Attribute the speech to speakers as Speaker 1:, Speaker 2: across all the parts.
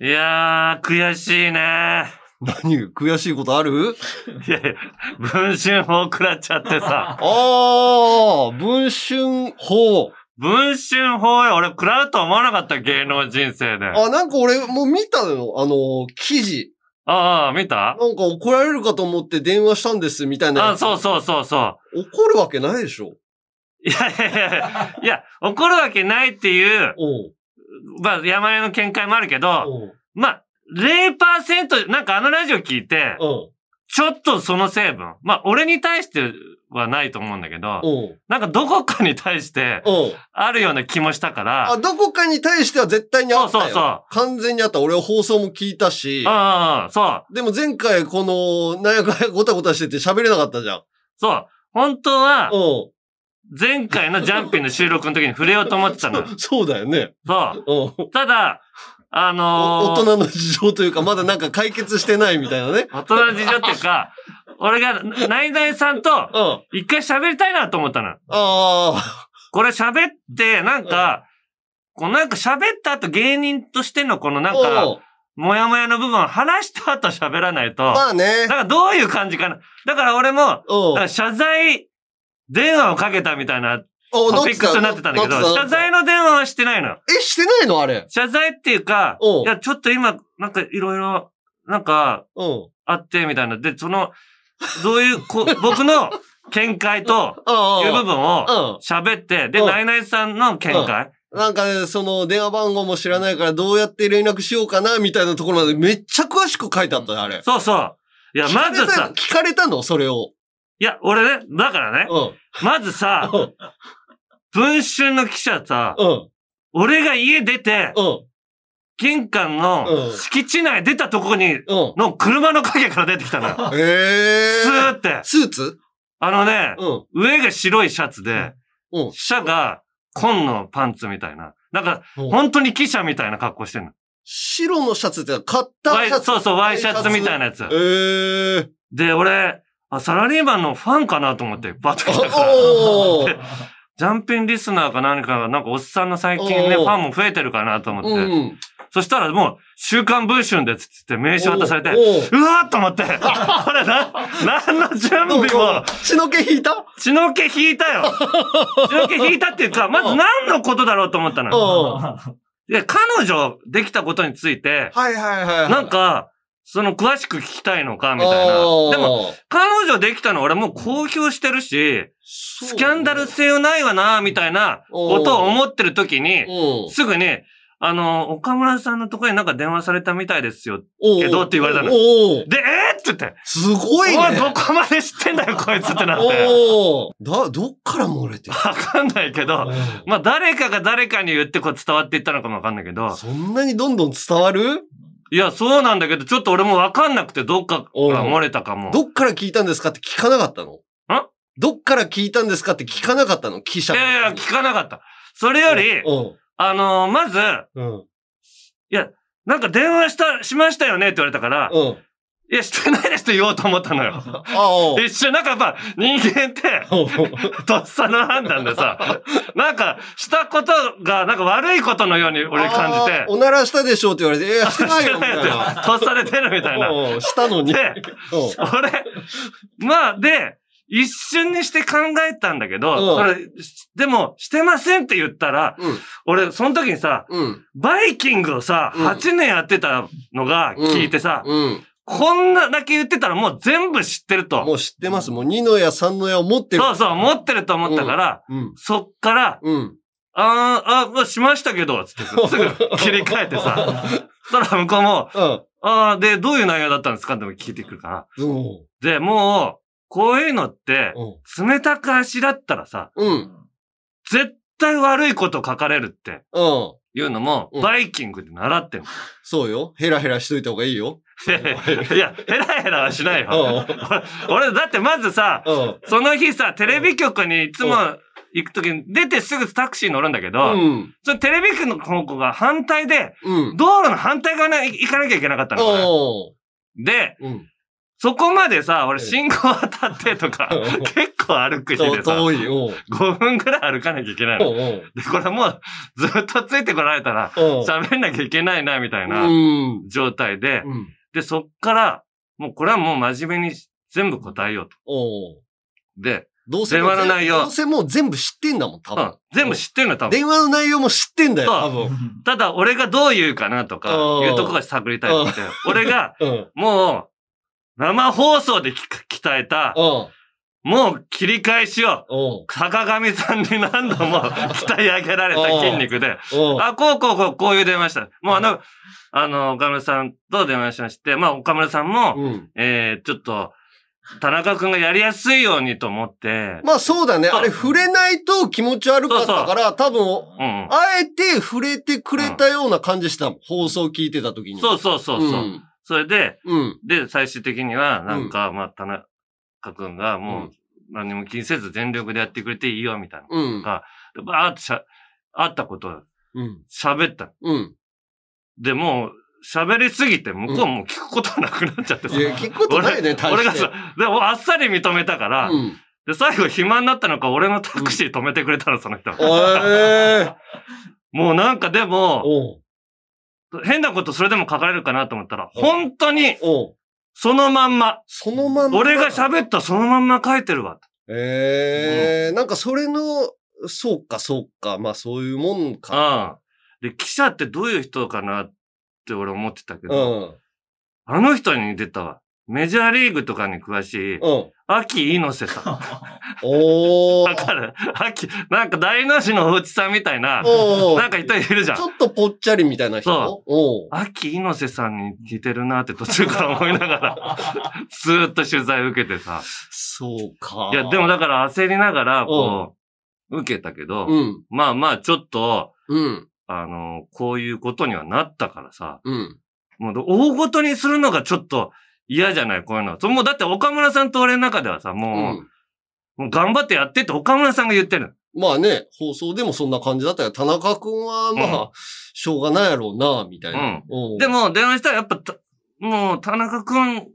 Speaker 1: いやー、悔しいね。
Speaker 2: 何悔しいことある
Speaker 1: いやいや、文春法食らっちゃってさ。
Speaker 2: ああ、文春法。
Speaker 1: 文春法よ、俺食らうと思わなかった、芸能人生で。あ
Speaker 2: あ、なんか俺もう見たのあの、記事。
Speaker 1: あ、見た
Speaker 2: なんか怒られるかと思って電話したんですみたいな。。
Speaker 1: あそうそうそうそう
Speaker 2: 怒るわけないでしょ。
Speaker 1: う。いやいやいや、いや、怒るわけないっていう、
Speaker 2: おう
Speaker 1: まあ、山根の見解もあるけど、
Speaker 2: おう
Speaker 1: まあ、0%、なんかあのラジオ聞いて、
Speaker 2: うん。
Speaker 1: ちょっとその成分、まあ、俺に対してはないと思うんだけど、
Speaker 2: うん。
Speaker 1: なんかどこかに対して、
Speaker 2: うん。
Speaker 1: あるような気もしたから、
Speaker 2: あ、どこかに対しては絶対に
Speaker 1: そ
Speaker 2: あっ
Speaker 1: う
Speaker 2: たよ。
Speaker 1: そうそう。
Speaker 2: 完全にあった。俺は放送も聞いたし。
Speaker 1: ああ、そう、
Speaker 2: でも前回この、なんやかんやごたごたしてて喋れなかったじゃん。
Speaker 1: そう。本当は、
Speaker 2: う
Speaker 1: 前回のジャンピンの収録の時に触れようと思ってたのよ。
Speaker 2: ん。そうだよね。
Speaker 1: そ
Speaker 2: うん。
Speaker 1: う。ただ、あ
Speaker 2: お
Speaker 1: のー
Speaker 2: 大人の事情というか、まだなんか解決してないみたいなね。
Speaker 1: 大人の事情っていうか、俺が、ナイナイさんと
Speaker 2: うん。あ
Speaker 1: 一回喋りたいなと思ったの。
Speaker 2: あ
Speaker 1: これ喋って、なんか、こうなんか喋った後芸人としてのこのなん
Speaker 2: ー。
Speaker 1: か、
Speaker 2: おう
Speaker 1: もやもやの部分を話した後喋らないと、
Speaker 2: まあ
Speaker 1: な
Speaker 2: ね。
Speaker 1: んかどういう感じかな。だから俺も、
Speaker 2: うん。
Speaker 1: なんか謝罪電話をかけたみたいな
Speaker 2: お
Speaker 1: トピックスになってたんだけど、謝罪
Speaker 2: の。
Speaker 1: の電話はしてないの。
Speaker 2: え、してないのあれ。
Speaker 1: 謝罪っていうか、
Speaker 2: おう
Speaker 1: いや、ちょっと今、なんかいろいろ、なんか、
Speaker 2: うん。
Speaker 1: あって、みたいな。で、その、どういう、こ 僕の見解と、
Speaker 2: ああ。
Speaker 1: いう部分を
Speaker 2: うん。
Speaker 1: 喋って、で、
Speaker 2: うん
Speaker 1: ナイナイさんの見解。
Speaker 2: なんかね、その、電話番号も知らないから、どうやって連絡しようかな、みたいなところまで、めっちゃ詳しく書いてあったね、あれ。
Speaker 1: そうそう。いや、まず
Speaker 2: 聞かれ
Speaker 1: さ
Speaker 2: た、聞かれたのそれを。
Speaker 1: いや、俺ね、だからね
Speaker 2: う、ん。
Speaker 1: まずさ
Speaker 2: う、ん。
Speaker 1: 文春の記者さ、
Speaker 2: うん。
Speaker 1: 俺が家出て、
Speaker 2: うん。
Speaker 1: 玄関
Speaker 2: うん
Speaker 1: の敷地内出たとこに、
Speaker 2: うん。
Speaker 1: の車の影から出てきた のよ。
Speaker 2: ええ
Speaker 1: スーって。
Speaker 2: スーツ
Speaker 1: あのね、
Speaker 2: うん。
Speaker 1: 上が白いシャツで、
Speaker 2: うん
Speaker 1: 下が紺のパンツみたいな。なんか、本当に記者みたいな格好してるの。
Speaker 2: 白のシャツってカッタ
Speaker 1: ワ
Speaker 2: ー
Speaker 1: イ
Speaker 2: シャツ。
Speaker 1: そうそう、ワイシャツみたい
Speaker 2: な。
Speaker 1: なやつ。
Speaker 2: ええ
Speaker 1: で、俺、あ、サラリーマンのファンかなと思って、バッと来たから。
Speaker 2: おー
Speaker 1: ジャンピンリスナーか何かが、なんかおっさんの最近ね、
Speaker 2: お
Speaker 1: フ
Speaker 2: ー
Speaker 1: ァンも増えてるかなと思
Speaker 2: う
Speaker 1: って。
Speaker 2: ん。
Speaker 1: そしたらもう、週刊文春でつって名刺渡されて、
Speaker 2: おー
Speaker 1: うわーっと思 って、これな、何の準
Speaker 2: お
Speaker 1: 備も
Speaker 2: ー、血の毛引いた
Speaker 1: 血の気引いた よ。血の気引いたっていうか、まず何のことだろうと思ったの
Speaker 2: うん。
Speaker 1: よ。
Speaker 2: は
Speaker 1: で、彼女できたことについて
Speaker 2: い、はいはいはい。
Speaker 1: なんか、その詳しく聞きたいのか、みたいな。でも、
Speaker 2: も、
Speaker 1: 彼女できたの俺もう公表してるし、
Speaker 2: ス
Speaker 1: スキャンダル性はないわな、みたいなことを思ってる時
Speaker 2: う
Speaker 1: に、
Speaker 2: ん。
Speaker 1: すぐに、あの、岡村さんのところになんか電話されたみたいですよ。
Speaker 2: おー
Speaker 1: けどって言われたの
Speaker 2: おー
Speaker 1: で、えー、って言って、
Speaker 2: すごい
Speaker 1: おい、
Speaker 2: ね。
Speaker 1: どこまで知ってんだよ、こいつってなって。
Speaker 2: おおだ、どっから漏れ てる
Speaker 1: わかんないけど、まあ誰かが誰かに言ってこう伝わっていったのかもわかんないけど、
Speaker 2: そんなにどんどん伝わる
Speaker 1: いや、そうなんだけど、ちょっと俺もわかんなくて、どっかが漏れたかも。
Speaker 2: どっから聞いたんですかって聞かなかったの
Speaker 1: ん
Speaker 2: どっから聞いたんですかって聞かなかったの記者
Speaker 1: い
Speaker 2: の人に
Speaker 1: やいや、聞かなかった。それより、あのーまず、
Speaker 2: う ん。うん。
Speaker 1: なんか電話した、しましたよねって言われたから、
Speaker 2: うん。
Speaker 1: いや、してないですって言おうと思ったのよ。
Speaker 2: ああ。
Speaker 1: 一瞬、なんかやっぱ、人間って、とっさの判断で さ、なんか、したことが、なんか悪いことのように俺感じ
Speaker 2: あー
Speaker 1: て、
Speaker 2: おならしたでしょうって言われて、いや、してない よ、
Speaker 1: して
Speaker 2: みた
Speaker 1: ないい
Speaker 2: な。
Speaker 1: ですよ。とっさで出るみたいな。
Speaker 2: うんしたのに。
Speaker 1: で、
Speaker 2: うん
Speaker 1: 俺、まあ、で、一瞬にして考えたんだけど、それ、でも、してませんって言ったら、
Speaker 2: うん
Speaker 1: 俺、その時にさ、
Speaker 2: うん。
Speaker 1: バイキングをさ、
Speaker 2: うん
Speaker 1: 8年やってたのが聞いてさ、
Speaker 2: うん。
Speaker 1: こんなだけ言ってたらもう全部知ってる
Speaker 2: も
Speaker 1: と。
Speaker 2: う知ってます。もう二の矢三の矢を持ってる。
Speaker 1: そうそう、持ってると思ったから、
Speaker 2: うん。
Speaker 1: そっから、
Speaker 2: うん。
Speaker 1: あーあ、もうしましたけど、つって、すぐ 切り替えて さ、そしたら向こうも、
Speaker 2: うん。
Speaker 1: ああ、で、どういう内容だったんですかっても聞いてくるから。
Speaker 2: うん。
Speaker 1: で、もう、こういうのって、
Speaker 2: うん
Speaker 1: 冷たくあしらったらさ、
Speaker 2: うん。
Speaker 1: 絶対悪いこと書かれるって
Speaker 2: うん。
Speaker 1: いうのも、
Speaker 2: うん
Speaker 1: バイキングで習ってんの。
Speaker 2: そうよ。ヘラヘラしといた方がいいよ。
Speaker 1: いや、ヘラヘラはしないよ。
Speaker 2: う
Speaker 1: 俺、俺だってまずさ、
Speaker 2: うん。
Speaker 1: その日さ、テレビ局にいつも行くときに出てすぐタクシー乗るんだけど、
Speaker 2: うん。
Speaker 1: そのテレビ局の方向が反対で、
Speaker 2: うん。
Speaker 1: 道路の反対側に行かなきゃいけなかったの。俺
Speaker 2: お
Speaker 1: で、
Speaker 2: うん。
Speaker 1: そこまでさ、俺
Speaker 2: ええ
Speaker 1: 信号当たってとか
Speaker 2: うん、
Speaker 1: 結構歩くし
Speaker 2: と
Speaker 1: でさ、
Speaker 2: 遠い。おう
Speaker 1: 5分ぐらい歩かなきゃいけないの。
Speaker 2: おう
Speaker 1: で、これもうずっとついてこられたら、
Speaker 2: おう
Speaker 1: 喋んなきゃいけないな、みたいな
Speaker 2: うん。
Speaker 1: 状態で、
Speaker 2: うん。
Speaker 1: で、そっから、もうこれはもう真面目に全部答えようと。
Speaker 2: おう
Speaker 1: で、
Speaker 2: どうせ
Speaker 1: 電話の内容
Speaker 2: どうせもう全部知ってんだもん、多
Speaker 1: う
Speaker 2: 分
Speaker 1: ん。全部知ってるの多分。
Speaker 2: 電話の内容も知ってんだよ、多分。
Speaker 1: ただ、俺がどう言うかなとか、
Speaker 2: うん
Speaker 1: いうとこが探りたいって。俺が、
Speaker 2: うん。うん。
Speaker 1: もう、生放送で聞く鍛えた、もう切り返しを、
Speaker 2: うん。
Speaker 1: 坂上さんに何度 も鍛え上げられた筋肉で、
Speaker 2: うん。
Speaker 1: あ、こうこうこう、こういう電話した。もうあの、あの、岡村さんと電話しまして、まあ、岡村さんも、
Speaker 2: うん。
Speaker 1: えー、ちょっと、田中くんがやりやすいようにと思って、
Speaker 2: まあそうだね。
Speaker 1: そう
Speaker 2: あれ触れないと気持ち悪かったから、多分、
Speaker 1: うん。
Speaker 2: あえて触れてくれたような感じしたもん。放送聞いてた時に。
Speaker 1: そううそうそうそう、
Speaker 2: ん
Speaker 1: それで、
Speaker 2: うん。
Speaker 1: で、最終的には、なんか、まあ、田中くんがも
Speaker 2: う
Speaker 1: う、何も気にせず全力でやってくれていいよ、みたいな。
Speaker 2: うん。
Speaker 1: でバーってしゃ、あったことを
Speaker 2: うん。
Speaker 1: 喋った。
Speaker 2: うん。
Speaker 1: で、もう、喋りすぎて、向こうもう聞くことなくなっちゃってさ。
Speaker 2: いや、聞くことないよね、大して。
Speaker 1: 俺がさ、でもあっさり認めたから、
Speaker 2: うん。
Speaker 1: で、最後暇になったのか、俺のタクシー止めてくれたの、その人。
Speaker 2: おえ
Speaker 1: もうなんかでも、
Speaker 2: おう
Speaker 1: 変なことそれでも書かれるかなと思ったら、
Speaker 2: うん
Speaker 1: 本当に、
Speaker 2: おう
Speaker 1: そのまんま、
Speaker 2: そのまんま。
Speaker 1: 俺が喋ったそのまんま書いてるわ。
Speaker 2: ええなんかそれの、そうか、そうか。まあそういうもんか。
Speaker 1: うん。で、記者ってどういう人かなって俺思ってたけ
Speaker 2: う
Speaker 1: ど、
Speaker 2: ん。
Speaker 1: あの人に出たわ。メジャーリーグとかに詳しい、
Speaker 2: うん。
Speaker 1: 秋猪瀬さ ん。
Speaker 2: お
Speaker 1: わ
Speaker 2: ー。
Speaker 1: かる秋、なんか大の字のおうちさんみたいな、
Speaker 2: おー
Speaker 1: なんか人いるじゃん
Speaker 2: ち。ょっとぽっちゃりみたいな人。
Speaker 1: そ
Speaker 2: おう
Speaker 1: 秋猪瀬さんに似てるなって途中から思いなが ら、ずーっと取材受けてさ。
Speaker 2: そうか。
Speaker 1: いや、でもだから焦りながら、こう、受けたけど、
Speaker 2: うん。
Speaker 1: まあまあ、ちょっと、
Speaker 2: うん。
Speaker 1: あの、こういうことにはなったからさ、
Speaker 2: うん。
Speaker 1: もう、大ごとにするのがちょっと嫌じゃない、こういうのは。そもう、だって岡村さんと俺の中ではさ、
Speaker 2: う
Speaker 1: もう、
Speaker 2: ん。
Speaker 1: もう頑張ってやってって岡村さんが言ってる。
Speaker 2: まあね、放送でもそんな感じだったよ。田中くんは、まあ、しょうがないやろうな、みたいな。おう
Speaker 1: で、も、電話したらやっぱた、もう、田中くん、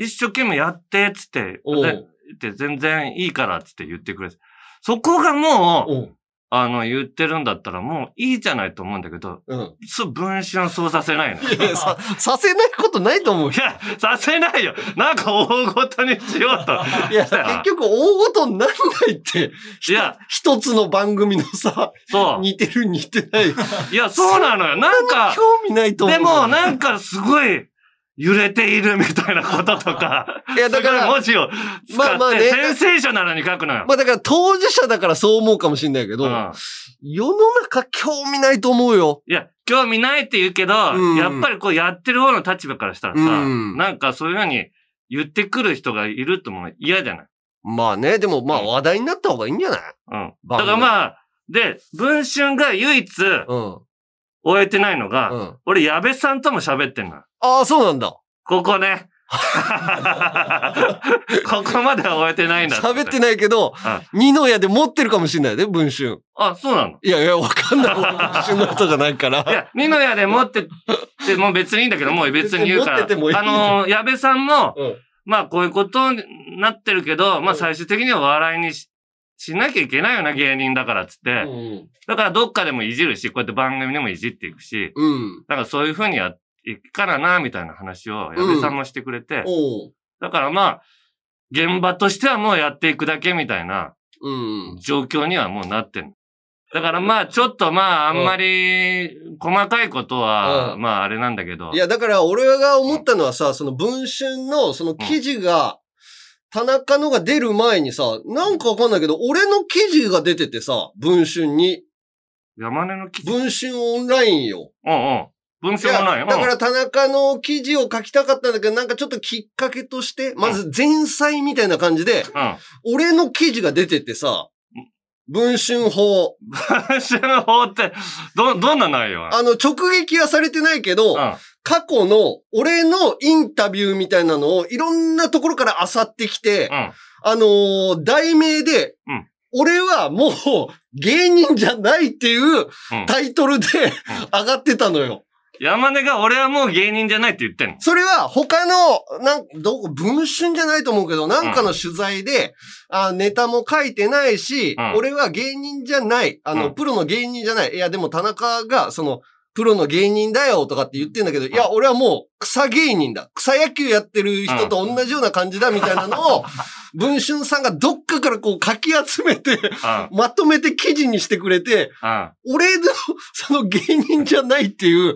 Speaker 1: 一生懸命やって、つって、
Speaker 2: お
Speaker 1: で
Speaker 2: う
Speaker 1: って全然いいから、つって言ってくれて。そこがもう、
Speaker 2: おう
Speaker 1: あの、言ってるんだったらもういいじゃないと思うんだけど、
Speaker 2: うん。
Speaker 1: そう、文春そうさせないの。い
Speaker 2: いやさ、させないことないと 思うよ。
Speaker 1: や、させないよなんか大ごとにしようと。
Speaker 2: いや、
Speaker 1: したら
Speaker 2: 結局、大ごとになんないって。
Speaker 1: いや、
Speaker 2: 一つの番組のさ、
Speaker 1: そ
Speaker 2: 似てる似てない。
Speaker 1: う。いや、そうなのよ。なんか、
Speaker 2: 興味ないと思う。
Speaker 1: でも、
Speaker 2: ね。
Speaker 1: なんかすごい、揺れているみたいなこととか、
Speaker 2: いや、
Speaker 1: だ
Speaker 2: だ
Speaker 1: か
Speaker 2: からら、
Speaker 1: 文字を
Speaker 2: ま
Speaker 1: 使
Speaker 2: あま
Speaker 1: っ
Speaker 2: あ
Speaker 1: て、
Speaker 2: ね
Speaker 1: センセーショナルに書くのよ。
Speaker 2: まあだから当事者だからそう思うかもしれないけど、
Speaker 1: うん
Speaker 2: 世の中興味ないと思うよ。
Speaker 1: いや、興味ないって言うけど、
Speaker 2: うん
Speaker 1: やっぱりこうやってる方の立場からしたらさ、
Speaker 2: うん
Speaker 1: なんかそういうふうに言ってくる人がいるとも嫌じゃない。
Speaker 2: まあね、でもまあ
Speaker 1: うん
Speaker 2: 話題になった方がいいんじゃない
Speaker 1: うん。だ
Speaker 2: 番
Speaker 1: か
Speaker 2: 組
Speaker 1: らまあ、で、文春が唯一
Speaker 2: うん。うん。
Speaker 1: 終えてないのが、
Speaker 2: あ
Speaker 1: 俺、矢部さんとも喋ってんの。
Speaker 2: あ、そうなんだ。
Speaker 1: ここ ね。ここまでは終えてないんだ。
Speaker 2: 喋ってないけど、二の矢で持ってるかもしれないね、文春。
Speaker 1: あ、そうなの。
Speaker 2: いやいや、わ かんない。俺文春の人じゃないか
Speaker 1: い
Speaker 2: ら。
Speaker 1: や、二の矢で持ってって、もう別にいいんだけど、もう別に言うから。
Speaker 2: 持っててもいい
Speaker 1: あのー、矢部さんも、
Speaker 2: うん
Speaker 1: まあこういうことになってるけど、まあ
Speaker 2: うん
Speaker 1: 最終的には笑いにししなきゃいけないよな、芸人だからっつって。
Speaker 2: うん。
Speaker 1: だからどっかでもいじるし、こうやって番組でもいじっていくし、
Speaker 2: うん。
Speaker 1: なんかそういうふうにやっていくからな、みたいな話を矢部さんもしてくれて。
Speaker 2: おう。
Speaker 1: だからまあ、現場としてはもうやっていくだけみたいな
Speaker 2: うん。
Speaker 1: 状況にはもうなってる。だからまあちょっとまああんまり細かいことは、
Speaker 2: うん
Speaker 1: まああれなんだけど。
Speaker 2: いや、だから俺が思ったのはさ、その文春のその記事が、田中のが出る前にさ、なんかわかんないけど、俺の記事が出ててさ、文春に。
Speaker 1: 山根の記事。
Speaker 2: 文春オンラインよ。
Speaker 1: うんうん。文章もない。
Speaker 2: いやだか
Speaker 1: うん
Speaker 2: ら田中の記事を書きたかったんだけど、なんかちょっときっかけとして、まず前菜みたいな感じで、
Speaker 1: うん。
Speaker 2: 俺の記事が出てってさ、文春法。
Speaker 1: 文春法って、ど、どんな内容なの
Speaker 2: あの、直撃はされてないけど、
Speaker 1: うん。
Speaker 2: 過去の俺のインタビューみたいなのをいろんなところから漁ってきて、
Speaker 1: うん。
Speaker 2: あのー題名で、
Speaker 1: うん
Speaker 2: 俺はもう 芸人じゃないっていうタイトルで上がってたのよ。
Speaker 1: 山根が俺はもう芸人じゃないって言ってんの。
Speaker 2: それは他の、なん、どこ、文春じゃないと思うけど、なんかの取材で、あネタも書いてないし、
Speaker 1: うん
Speaker 2: 俺は芸人じゃない。あの、
Speaker 1: うん
Speaker 2: プロの芸人じゃない。いや、でも田中が、その、プロの芸人だよとかって言ってんだけど、いや、俺はもう草芸人だ。草野球やってる人と同じような感じだみたいなのを、 文春さんがどっかからこうかき集めて、
Speaker 1: うん。うん。
Speaker 2: まとめて記事にしてくれて、俺の、その芸人じゃないっていう、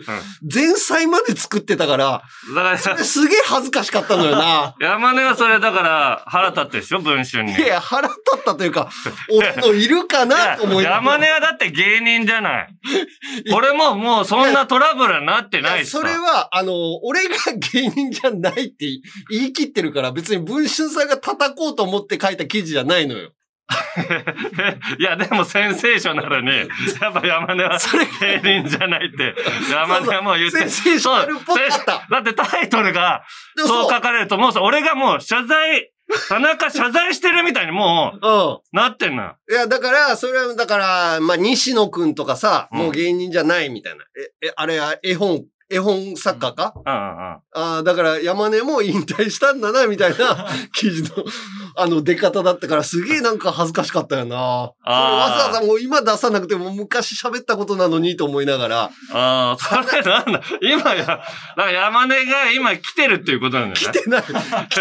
Speaker 2: 前菜まで作ってたから、
Speaker 1: だから
Speaker 2: そ
Speaker 1: さ。
Speaker 2: れ、 すげえ恥ずかしかったのよな
Speaker 1: 山根はそれだから腹立ってでしょ、文春に。
Speaker 2: いや、腹立ったというか、俺のいるかなと思
Speaker 1: い
Speaker 2: い
Speaker 1: や
Speaker 2: なが
Speaker 1: 山
Speaker 2: ら
Speaker 1: 根はだって芸人じゃない。俺ももうそんなトラブルになって
Speaker 2: い
Speaker 1: な
Speaker 2: や
Speaker 1: いしさ
Speaker 2: それは、あの、俺が芸人じゃないって言い切ってるから、別に文春さんが叩こうと思って書いた記事じゃないのよ。
Speaker 1: いや、でもセンセーショナルに、やっぱ山根は
Speaker 2: それ
Speaker 1: 芸人じゃないって、山根はもう言って
Speaker 2: センセーショナルっぽかった。
Speaker 1: だってタイトルが
Speaker 2: でも
Speaker 1: そう
Speaker 2: そう
Speaker 1: 書かれると、もうさ、俺がもう謝罪、田中謝罪してるみたいにも
Speaker 2: うん。
Speaker 1: うなってんのよ。
Speaker 2: いや、だから、それは、だから、まあ、西野くんとかさ、
Speaker 1: うん
Speaker 2: もう芸人じゃないみたいな。え、え、あれ、あ絵本、絵本作家か、
Speaker 1: うんうん
Speaker 2: ああ、だから山根も引退したんだな、みたい な記事の、あの出方だったから、すげえなんか恥ずかしかったよな。これ
Speaker 1: あー
Speaker 2: わざわざもう今出さなくても昔喋ったことなのにと思いながら、
Speaker 1: ああ、それなんだ。今や、だから山根が今来てるっていうことなんだ
Speaker 2: 来
Speaker 1: よね。
Speaker 2: てない、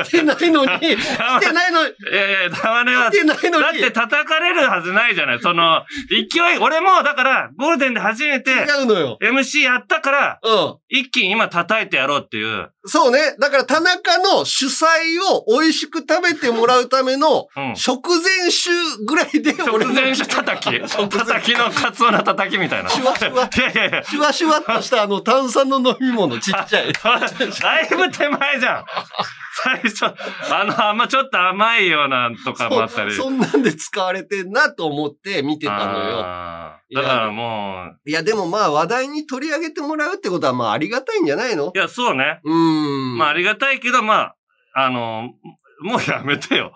Speaker 2: 来てないのに、来てないのに、
Speaker 1: いやいや、山根は
Speaker 2: 来てないの
Speaker 1: だっ
Speaker 2: に、
Speaker 1: て叩かれるはずないじゃない。その、勢い、俺もだから、ゴールデンで初めて
Speaker 2: 違うのよ。
Speaker 1: MC やったから、
Speaker 2: うん。
Speaker 1: 一気に今叩いてやろうっていう。
Speaker 2: そうね。だから田中の主菜を美味しく食べてもらうための
Speaker 1: うん。
Speaker 2: 食前酒ぐらいで俺
Speaker 1: 直
Speaker 2: の
Speaker 1: 前手叩 き叩きのカツオの叩きみたいな。
Speaker 2: シュワシュワ
Speaker 1: いやいやいや。
Speaker 2: シュワシュワっとしたあの炭酸の飲み物ちっちゃい。
Speaker 1: だいぶ手前じゃん。最初、あの、あんまちょっと甘いようなとかもあったり。
Speaker 2: そそんなんで使われてんなと思って見てたのよ。
Speaker 1: あーだからもう、
Speaker 2: いや、でもまあ話題に取り上げてもらうってことはまあありがたいんじゃないの
Speaker 1: いや、そうね。
Speaker 2: うーん。
Speaker 1: まあ、ありがたいけど、まあ、あの、もうやめてよ。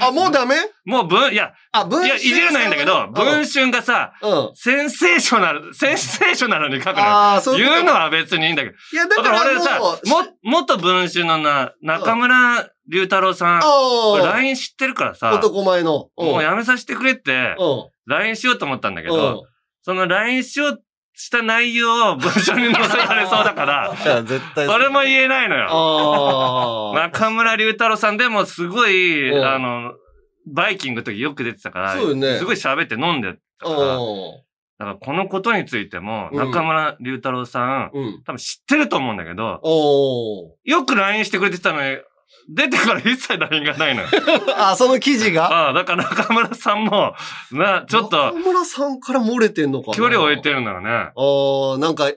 Speaker 2: あ、もうダメ
Speaker 1: もう文、いや、
Speaker 2: あ、文
Speaker 1: いや、い
Speaker 2: 春
Speaker 1: じれないんだけど、文
Speaker 2: 文
Speaker 1: 春がさ、
Speaker 2: うん。
Speaker 1: センセーショナル、センセーショナルに書くのよ。
Speaker 2: ああ、そういう
Speaker 1: 言う
Speaker 2: こ
Speaker 1: の
Speaker 2: と
Speaker 1: は別にいいんだけど。
Speaker 2: いや、だ
Speaker 1: だ
Speaker 2: か
Speaker 1: からら俺
Speaker 2: も
Speaker 1: さ、
Speaker 2: う、
Speaker 1: も、元文春のな、中村龍太郎さん、これ
Speaker 2: あ
Speaker 1: LINE 知ってるから
Speaker 2: あ、
Speaker 1: さ、
Speaker 2: 男前の。ん
Speaker 1: もうやめさせてくれって、
Speaker 2: う
Speaker 1: LINE しようと思ったんだけ
Speaker 2: ん。うん
Speaker 1: ど、。その LINE しようした内容を文章に載せられそうだか ら、
Speaker 2: いや、絶対
Speaker 1: それも言えないのよ。
Speaker 2: あ
Speaker 1: 中村龍太郎さんでもすごい、
Speaker 2: うん
Speaker 1: あの、バイキングの時よく出てたから、
Speaker 2: そうよね
Speaker 1: すごい喋って飲んでた
Speaker 2: あ。
Speaker 1: から、だからこのことについても、
Speaker 2: うん
Speaker 1: 中村龍太郎さん、
Speaker 2: うん。うん。
Speaker 1: 多分知ってると思うんだけど、
Speaker 2: おー。
Speaker 1: よく LINE してくれてたのに、出てから一切 LINE が ないのよ。
Speaker 2: あ、その記事が
Speaker 1: ああ、だから中村さんも、な、ちょっと、
Speaker 2: 中村さんから漏れてんのかな
Speaker 1: 距離を置いてるんだろうね。
Speaker 2: ああ、なんか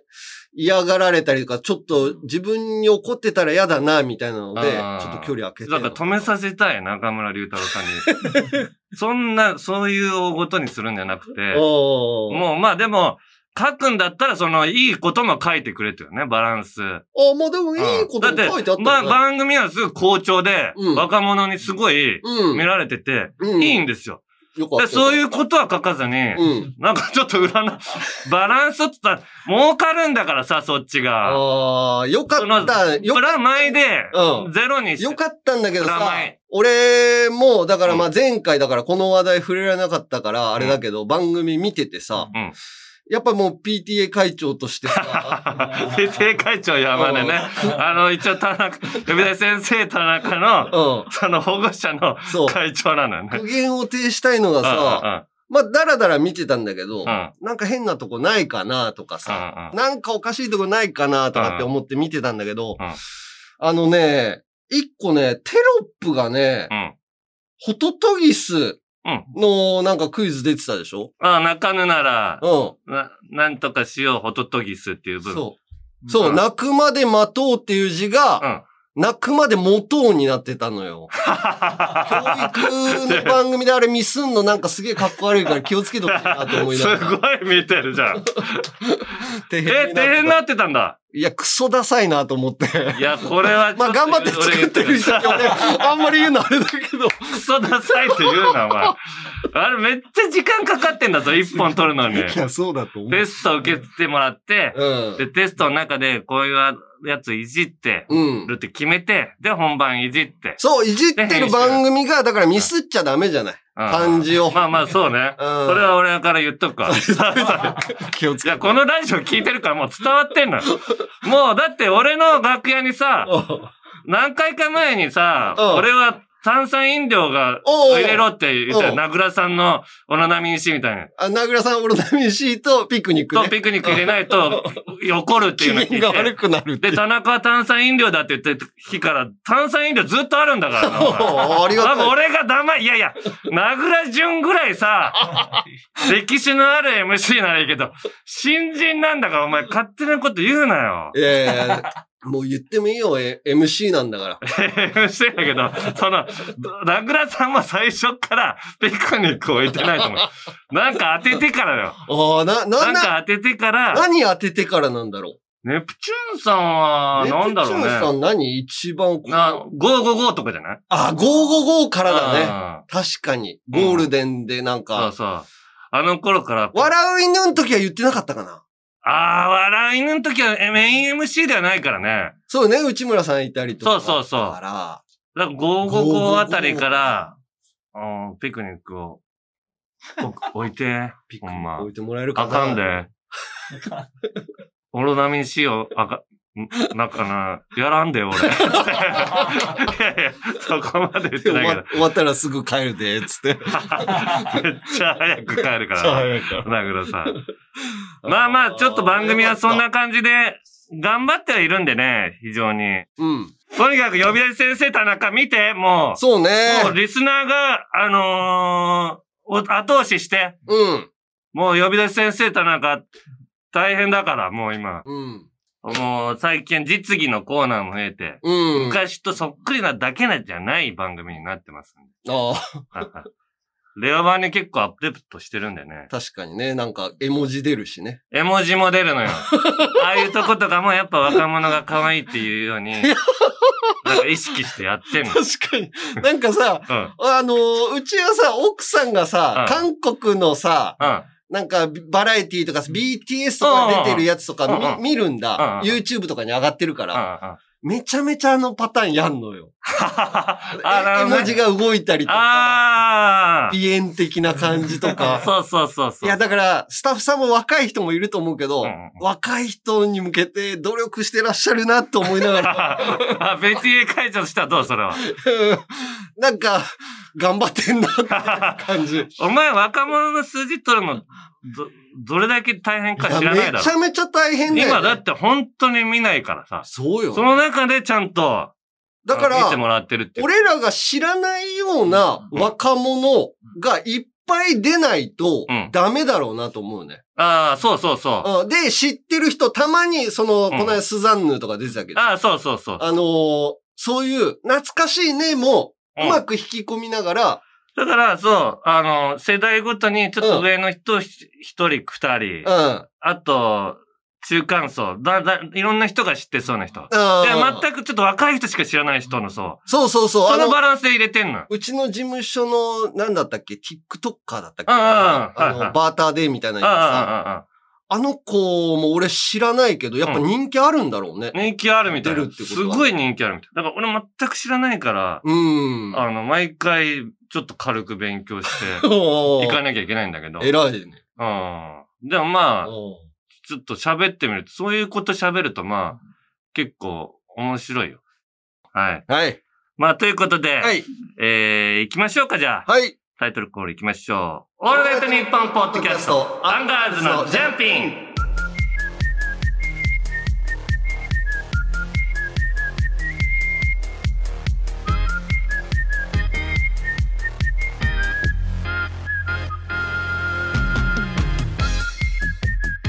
Speaker 2: 嫌がられたりとか、ちょっと自分に怒ってたら嫌だな、みたいなので、ち
Speaker 1: あー
Speaker 2: ょっと距離開けて。
Speaker 1: だから止めさせたい、中村龍太郎さんに。 そんな、そういう大ごとにするんじゃなくて、
Speaker 2: おー
Speaker 1: もうまあでも、書くんだったら、その、いいことも書いてくれてるね、バランス。
Speaker 2: あ、まあでもいいこと
Speaker 1: うん
Speaker 2: も書いてあった
Speaker 1: だっ
Speaker 2: よ
Speaker 1: て、ば
Speaker 2: ね
Speaker 1: 番組はすぐ好調で、
Speaker 2: うん
Speaker 1: 若者にすごい見られてて、
Speaker 2: うん。うん。
Speaker 1: いいんですよ。
Speaker 2: よかっ
Speaker 1: で
Speaker 2: た。。
Speaker 1: そういううことは書かずに、
Speaker 2: うん。
Speaker 1: なんかちょっと裏の、バランスって言ったら、儲かるんだからさ、そっちが。
Speaker 2: ああ、よか
Speaker 1: その
Speaker 2: った。よ
Speaker 1: プラマイで
Speaker 2: う、
Speaker 1: ゼロにして。
Speaker 2: よかったんだけど
Speaker 1: プラ
Speaker 2: さ
Speaker 1: マイ、
Speaker 2: 俺も、だからまあ前回だからこの話題触れられなかったから、あれだけど、番組見ててさ、
Speaker 1: うん。
Speaker 2: やっぱもう PTA 会長としてさ、
Speaker 1: で、正会長山根ね。あの、一応田中、呼び出し先生田中の、
Speaker 2: うん、
Speaker 1: その保護者の
Speaker 2: そう。
Speaker 1: 会長なのよね。
Speaker 2: 苦言を呈したいのがさ、まあ、だらだら見てたんだけど、
Speaker 1: うんうんうんうん
Speaker 2: なんか変なとこないかなとかさ、
Speaker 1: うんうん
Speaker 2: なんかおかしいとこないかなとかって思って見てたんだけど、
Speaker 1: うん
Speaker 2: あのね、一個ね、テロップがね、
Speaker 1: うん。
Speaker 2: ホトトギス
Speaker 1: うん
Speaker 2: のなんかクイズ出てたでしょ
Speaker 1: ああ、泣かぬなら、
Speaker 2: う。
Speaker 1: な、なんとかしよう、ホトトギスっていうん文。
Speaker 2: そう。そう、
Speaker 1: ん
Speaker 2: 泣くまで待とうっていう字
Speaker 1: う
Speaker 2: が、
Speaker 1: ん。
Speaker 2: 泣くまでモトーンになってたのよ。教育の番組であれミスんのなんかすげえかっこ悪いから気をつけてほしいなと思 い
Speaker 1: す
Speaker 2: ながら。
Speaker 1: ごい見てるじゃ ん。
Speaker 2: 大
Speaker 1: え、大変になってたんだ。
Speaker 2: いや、クソダサいなと思って。
Speaker 1: いや、これはちょと
Speaker 2: まあ頑張って作ってる人にはね、あんまり言うのあれだけど。
Speaker 1: クソダサいって言うな、お前。あれめっちゃ時間かかってんだぞ、一本取るのに。
Speaker 2: いや、そうだと思う。
Speaker 1: テスト受けてもらって、
Speaker 2: うん。
Speaker 1: で、テストの中でこういうやついじって
Speaker 2: うん
Speaker 1: る。って決めて、で、本番いじって。
Speaker 2: そう、いじってる番組が、だからミスっちゃダメじゃない。
Speaker 1: うん
Speaker 2: 漢字を。
Speaker 1: まあまあ、そうね。
Speaker 2: うん
Speaker 1: そ れは俺から言っとくわ。
Speaker 2: 気をつ
Speaker 1: い
Speaker 2: け
Speaker 1: や、このラジオ聞いてるからもう伝わってんのよ。もう、だって俺の楽屋にさ、何回か前にさ
Speaker 2: うん、
Speaker 1: 俺は炭酸飲料が
Speaker 2: おうおう
Speaker 1: 入れろって言った
Speaker 2: お
Speaker 1: よ。
Speaker 2: う
Speaker 1: 名倉さんのオナナミンシみたいな。
Speaker 2: あ、名倉さん、オロナミン C とピクニック
Speaker 1: と、
Speaker 2: ね。
Speaker 1: ピクニック入れないと、怒るって
Speaker 2: 気
Speaker 1: いうの聞
Speaker 2: 分
Speaker 1: い
Speaker 2: が悪
Speaker 1: て。
Speaker 2: くなるってい
Speaker 1: で、
Speaker 2: う。
Speaker 1: 田中は炭酸飲料だって言ってた日から、炭酸飲料ずっとあるんだからなお前。
Speaker 2: おうあり
Speaker 1: 多
Speaker 2: が
Speaker 1: 分
Speaker 2: とう。
Speaker 1: 俺が黙い、いやいや、名倉淳ぐらいさ、 歴史のある MC ならいいけど、新人なんだからお前勝手なこと言うなよ。
Speaker 2: いやいやいやもう言ってもいいよ、え MC なんだから。
Speaker 1: MC だけど、その、名倉さんも最初からピクニック置いてないと思う。なんか当ててからよ。
Speaker 2: ああ、な、な
Speaker 1: なんん
Speaker 2: だ、
Speaker 1: か当ててから、
Speaker 2: 何当ててからなんだろ
Speaker 1: ネプチューンさん
Speaker 2: う。
Speaker 1: は、なんだ
Speaker 2: ネプチューン
Speaker 1: ろ
Speaker 2: さ
Speaker 1: うね。
Speaker 2: ん何一番こう、
Speaker 1: な、555とかじゃない
Speaker 2: あ、555からだね。
Speaker 1: ね。
Speaker 2: 確かに。ゴールデンでなん
Speaker 1: そう
Speaker 2: か、
Speaker 1: そう。あの頃から、
Speaker 2: 笑う犬の時は言ってなかったかな。
Speaker 1: ああ、笑い犬の時はえメイン MC ではないからね。
Speaker 2: そうね、内村さんいたりとか。
Speaker 1: そうそうそう
Speaker 2: から、
Speaker 1: だから555あたりから、うん、ピクニックを僕置い て、
Speaker 2: ピッ
Speaker 1: ほんま
Speaker 2: ク置いてもらえるか
Speaker 1: あ
Speaker 2: な。
Speaker 1: かん。 で。オロナミン C を、あか、んなんかな、やらんで、俺。 いやいや、そこまで言って
Speaker 2: 終
Speaker 1: ないけ
Speaker 2: わ
Speaker 1: ど
Speaker 2: 終わったらすぐ帰るで、つって。。
Speaker 1: めっちゃ早く帰るから、
Speaker 2: 早いから
Speaker 1: 名倉さん。まあまあ、ちょっと番組はそん。な感じで、頑張ってはいるんでね、非常に。
Speaker 2: うん。
Speaker 1: とにかく、呼び出し先生田中見て、もう。
Speaker 2: そうね。
Speaker 1: もうリスナーが、あのーお後押しして、
Speaker 2: うん。
Speaker 1: もう呼び出し先生となんか、大変だから、もう今。
Speaker 2: うん。
Speaker 1: もう最近実技のコーナーも増えて、
Speaker 2: うん。あ
Speaker 1: 昔とそっくりなだけなじゃない番組になってますんで。
Speaker 2: あ、
Speaker 1: レオ版に結構アップデートしてるんでね。
Speaker 2: 確かにね。なんか、絵文字出るしね。
Speaker 1: 絵文字も出る のよ。ああいうとことかもやっぱ若者が可愛いっていうように、なんか意識してやってん の。
Speaker 2: 確かに。なんかさ、
Speaker 1: うん。
Speaker 2: あのーうちはさ、奥さんがさ、
Speaker 1: う
Speaker 2: 韓国のさ、
Speaker 1: うん。
Speaker 2: なんか、バラエティとか、BTS とか出てるやつと
Speaker 1: うんうんう
Speaker 2: かみ
Speaker 1: ん
Speaker 2: 見るん
Speaker 1: うん
Speaker 2: だ。
Speaker 1: うん
Speaker 2: YouTube とかに上がってるか
Speaker 1: うん。
Speaker 2: ら、
Speaker 1: あ
Speaker 2: めちゃめちゃあのパターンやんのよ。
Speaker 1: あ、な
Speaker 2: 絵
Speaker 1: るほど
Speaker 2: 文字
Speaker 1: ね。
Speaker 2: が動いたりとか、
Speaker 1: ああ。
Speaker 2: 鼻炎的な感じと か。
Speaker 1: そうそうそうそう。
Speaker 2: いや、だから、スタッフさんも若い人もいると思うけど、
Speaker 1: うんうん
Speaker 2: 若い人に向けて努力してらっしゃるなと思いな がら、
Speaker 1: あ、ベティエ会長としてはどうそれは。
Speaker 2: なんか、頑張ってんなって感じ。い
Speaker 1: お前若者の数字取るの、ど、どれだけ大変か
Speaker 2: や
Speaker 1: 知らないだ
Speaker 2: め
Speaker 1: ろ
Speaker 2: ち。ゃめちゃ大変だよ、ね。
Speaker 1: 今だって本当に見ないからさ。
Speaker 2: そうよ。
Speaker 1: その中でちゃんと、
Speaker 2: だか
Speaker 1: 見て
Speaker 2: ら、
Speaker 1: もらってるっていう。
Speaker 2: 俺らが知らないような若者がいっぱい出ないと
Speaker 1: うん
Speaker 2: ダメだろうなと思うね。
Speaker 1: ああ、そうそうそう。
Speaker 2: うんで、知ってる人、たまに、その、
Speaker 1: ん
Speaker 2: この間スザンヌとか出てたけど、
Speaker 1: ああ、そうそうそう。
Speaker 2: あのーそういう懐かしいねも、
Speaker 1: う
Speaker 2: うんまく引き込みながら、
Speaker 1: だから、そう、あの、世代ごとにちょっと上の人ひ一人二人
Speaker 2: う、ん。
Speaker 1: あと、中間層、だ、だ、いろんな人が知ってそうな人。で、
Speaker 2: あ
Speaker 1: 全くちょっと若い人しか知らない人の層。
Speaker 2: そうそうそう。
Speaker 1: そ
Speaker 2: あ
Speaker 1: の
Speaker 2: の、
Speaker 1: バランスで入れてんの。
Speaker 2: うちの事務所の、なんだったっけ ?TikToker だったっけ
Speaker 1: うんうんうん
Speaker 2: あ
Speaker 1: はいはい
Speaker 2: の、バーターデーみたいなやつさ。
Speaker 1: あ
Speaker 2: あの子も俺知らないけど、やっぱ人気あるんだろうね
Speaker 1: あ、。人気あるみたい
Speaker 2: 出
Speaker 1: な
Speaker 2: る。ってこと
Speaker 1: すごい人気あるみたい。だから俺全く知らないから、
Speaker 2: うん。
Speaker 1: あの、毎回ちょっと軽く勉強して
Speaker 2: おー
Speaker 1: 行かなきゃいけないんだけど。うん。
Speaker 2: 偉いね。
Speaker 1: でもまあ、
Speaker 2: おー
Speaker 1: ちょっと喋ってみると、そういうこと喋るとまあ、結構面白いよ。はい。
Speaker 2: はい。
Speaker 1: まあ、ということで、
Speaker 2: はい。
Speaker 1: えー、行きましょうか、じゃあ。
Speaker 2: はい。
Speaker 1: タイトルコール行きましょう。オールナイトニッポンポッドキャスト、アンガールズのジャンピング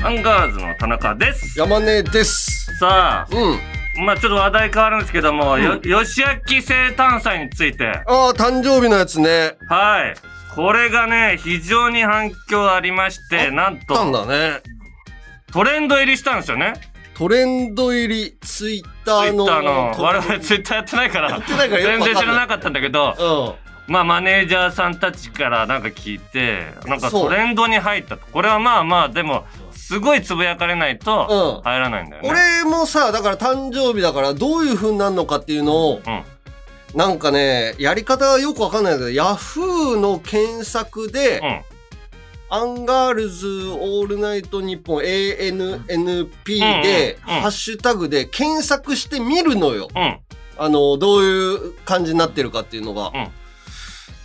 Speaker 1: アンガールズの田中です。
Speaker 2: 山根です。
Speaker 1: さあ、
Speaker 2: うん。
Speaker 1: まあちょっと話題変わるんですけども、よ、吉明生誕祭について。
Speaker 2: ああ、誕生日のやつね。
Speaker 1: はい。これがね、非常に反響ありまして、なん
Speaker 2: あったん
Speaker 1: と、
Speaker 2: だね。
Speaker 1: トレンド入りしたんですよね。
Speaker 2: トレンド入り、ツイッタ
Speaker 1: ツイ
Speaker 2: ーの。
Speaker 1: ッターの。我
Speaker 2: トレ
Speaker 1: 々
Speaker 2: ン
Speaker 1: ツイッターやってないから
Speaker 2: やっ、てないからよ
Speaker 1: 全
Speaker 2: くわ
Speaker 1: 然
Speaker 2: か
Speaker 1: 知
Speaker 2: んな
Speaker 1: ら
Speaker 2: い
Speaker 1: なかったんだけど、
Speaker 2: ド。
Speaker 1: まあマネージャーさんたちからなんか聞いて、なんか
Speaker 2: そう
Speaker 1: トレンドに入ったと。これはまあまあ、でも、すごいつぶやかれないと
Speaker 2: うん
Speaker 1: 入らないんだよ
Speaker 2: うん。
Speaker 1: ね。
Speaker 2: 俺もさ、だから誕生日だからどういう風になるのかっていうのを、
Speaker 1: うん
Speaker 2: なんかね、やり方はよくわかんないけど、ヤフーの検索で、
Speaker 1: うん。
Speaker 2: アンガールズオールナイトニッポン ANNP で、
Speaker 1: うんうんうん
Speaker 2: ハッシュタグで検索してみるのよ。
Speaker 1: うん。
Speaker 2: あの、どういう感じになってるかっていうのが。
Speaker 1: うん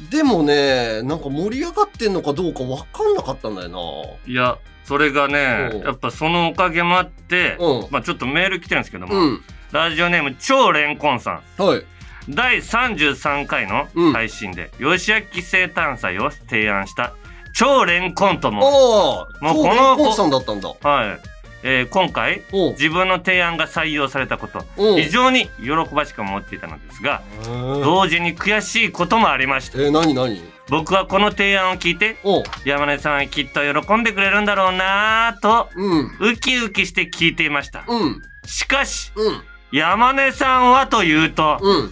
Speaker 2: でもね、なんか盛り上がってんのかどうかわかんなかったんだよ
Speaker 1: いや、それが
Speaker 2: おう
Speaker 1: ね、やっぱそのおかげもあって、
Speaker 2: うん
Speaker 1: まあちょっとメール来てるんですけど
Speaker 2: な。
Speaker 1: も、
Speaker 2: うん。
Speaker 1: ラジオネーム超レンコンさん。
Speaker 2: はい。
Speaker 1: 第33回の
Speaker 2: うん
Speaker 1: 配信で、吉明生誕祭を提案した超レンコンとも、
Speaker 2: ああ、
Speaker 1: もう
Speaker 2: 超
Speaker 1: この
Speaker 2: レンコンさんだったんだ。
Speaker 1: はい、えー今回、
Speaker 2: うん。
Speaker 1: 自分の提案が採用されたこと、
Speaker 2: うん。
Speaker 1: 非常に喜ばしく思っていたのですが、
Speaker 2: え
Speaker 1: 同時に悔しいこともありました。
Speaker 2: ー、何何
Speaker 1: 僕はこの提案を聞いて、
Speaker 2: うん。
Speaker 1: 山根さんはきっと喜んでくれるんだろうなぁと、
Speaker 2: うん。
Speaker 1: ウキウキして聞いていました。
Speaker 2: うん。
Speaker 1: しかし、
Speaker 2: うん。
Speaker 1: 山根さんはというと、
Speaker 2: うん。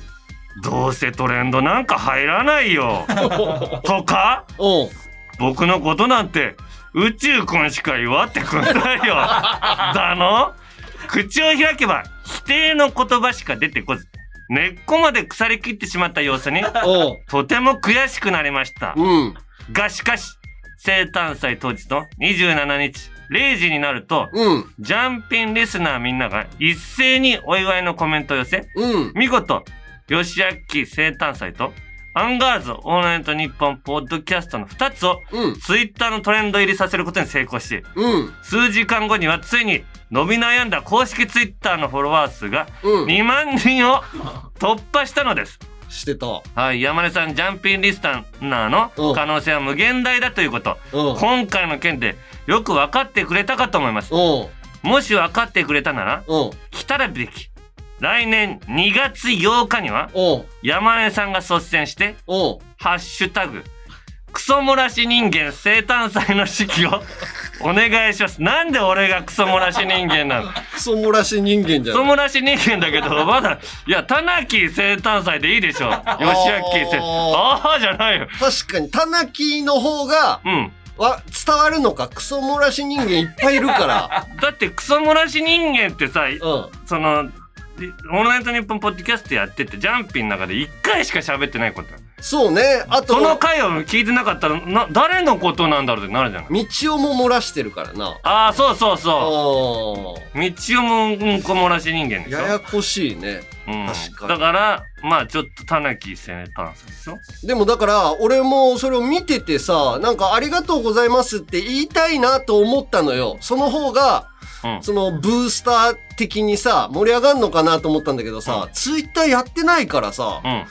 Speaker 1: どうせトレンドなんか入らないよ。とか、
Speaker 2: うん。
Speaker 1: 僕のことなんて宇宙くんしか祝ってくんないよ。だの口を開けば否定の言葉しか出てこず、根っこまで腐りきってしまった様子に、とても悔しくなりました。
Speaker 2: うん。うん。
Speaker 1: がしかし、生誕祭当日の27日、0時になると、
Speaker 2: うん。
Speaker 1: ジャンピンリスナーみんなが一斉にお祝いのコメントを寄せ、
Speaker 2: うん。
Speaker 1: 見事、吉明生誕祭と、アンガールズオールナイトニッポンポッドキャストの2つを、
Speaker 2: うん。
Speaker 1: ツイッターのトレンド入りさせることに成功し、
Speaker 2: うん。
Speaker 1: 数時間後にはついに伸び悩んだ公式ツイッターのフォロワー数が
Speaker 2: うん。
Speaker 1: 2万人を突破したのです。
Speaker 2: してた。う
Speaker 1: はい、山根さん、ジャンピンリスタンナー
Speaker 2: うん
Speaker 1: の可能性は無限大だということ、
Speaker 2: ん。
Speaker 1: 今回の件でよく分かってくれたかと思います。
Speaker 2: うん。
Speaker 1: もし分かってくれたなら、
Speaker 2: うん。
Speaker 1: 来たらべき。来年2月8日には、
Speaker 2: うん。
Speaker 1: 山根さんが率先して、
Speaker 2: うん。
Speaker 1: ハッシュタグ、クソ漏らし人間生誕祭の式をお願いします。なんで俺がクソ漏らし人間なの
Speaker 2: クソ漏らし人間じ
Speaker 1: ク
Speaker 2: ゃん
Speaker 1: ソ。漏らし人間だけど、まだ、いや、タナキ生誕祭でいいでしょ。吉明生。ああじゃないよ。
Speaker 2: 確かに、タナキの方が、
Speaker 1: うん。
Speaker 2: わ、伝わるのか、クソ漏らし人間いっぱいい るから。
Speaker 1: だってクソ漏らし人間ってさ、
Speaker 2: うん。
Speaker 1: その、オールナイトニッポンポッドキャストやってて、ジャンピンの中で1回しか喋ってないこと。
Speaker 2: そうね。あと、
Speaker 1: その回を聞いてなかったら、な、誰のことなんだろうってなるじゃない。
Speaker 2: 道をも漏らしてるからな。
Speaker 1: ああ、そうそうそう。
Speaker 2: あ
Speaker 1: 道をもうんこ漏らし人間で
Speaker 2: あ。
Speaker 1: しょ
Speaker 2: ややこしいね。
Speaker 1: うん、
Speaker 2: 確かに
Speaker 1: だからまあちょっとタナキ生誕祭でしょ
Speaker 2: でもだから、俺もそれを見ててさ、なんかありがとうございますって言いたいなと思ったのよ。その方が、
Speaker 1: うん
Speaker 2: そのブースター的にさ、盛り上がるのかなと思ったんだけどさ、ツイッターやってないからさ、
Speaker 1: うん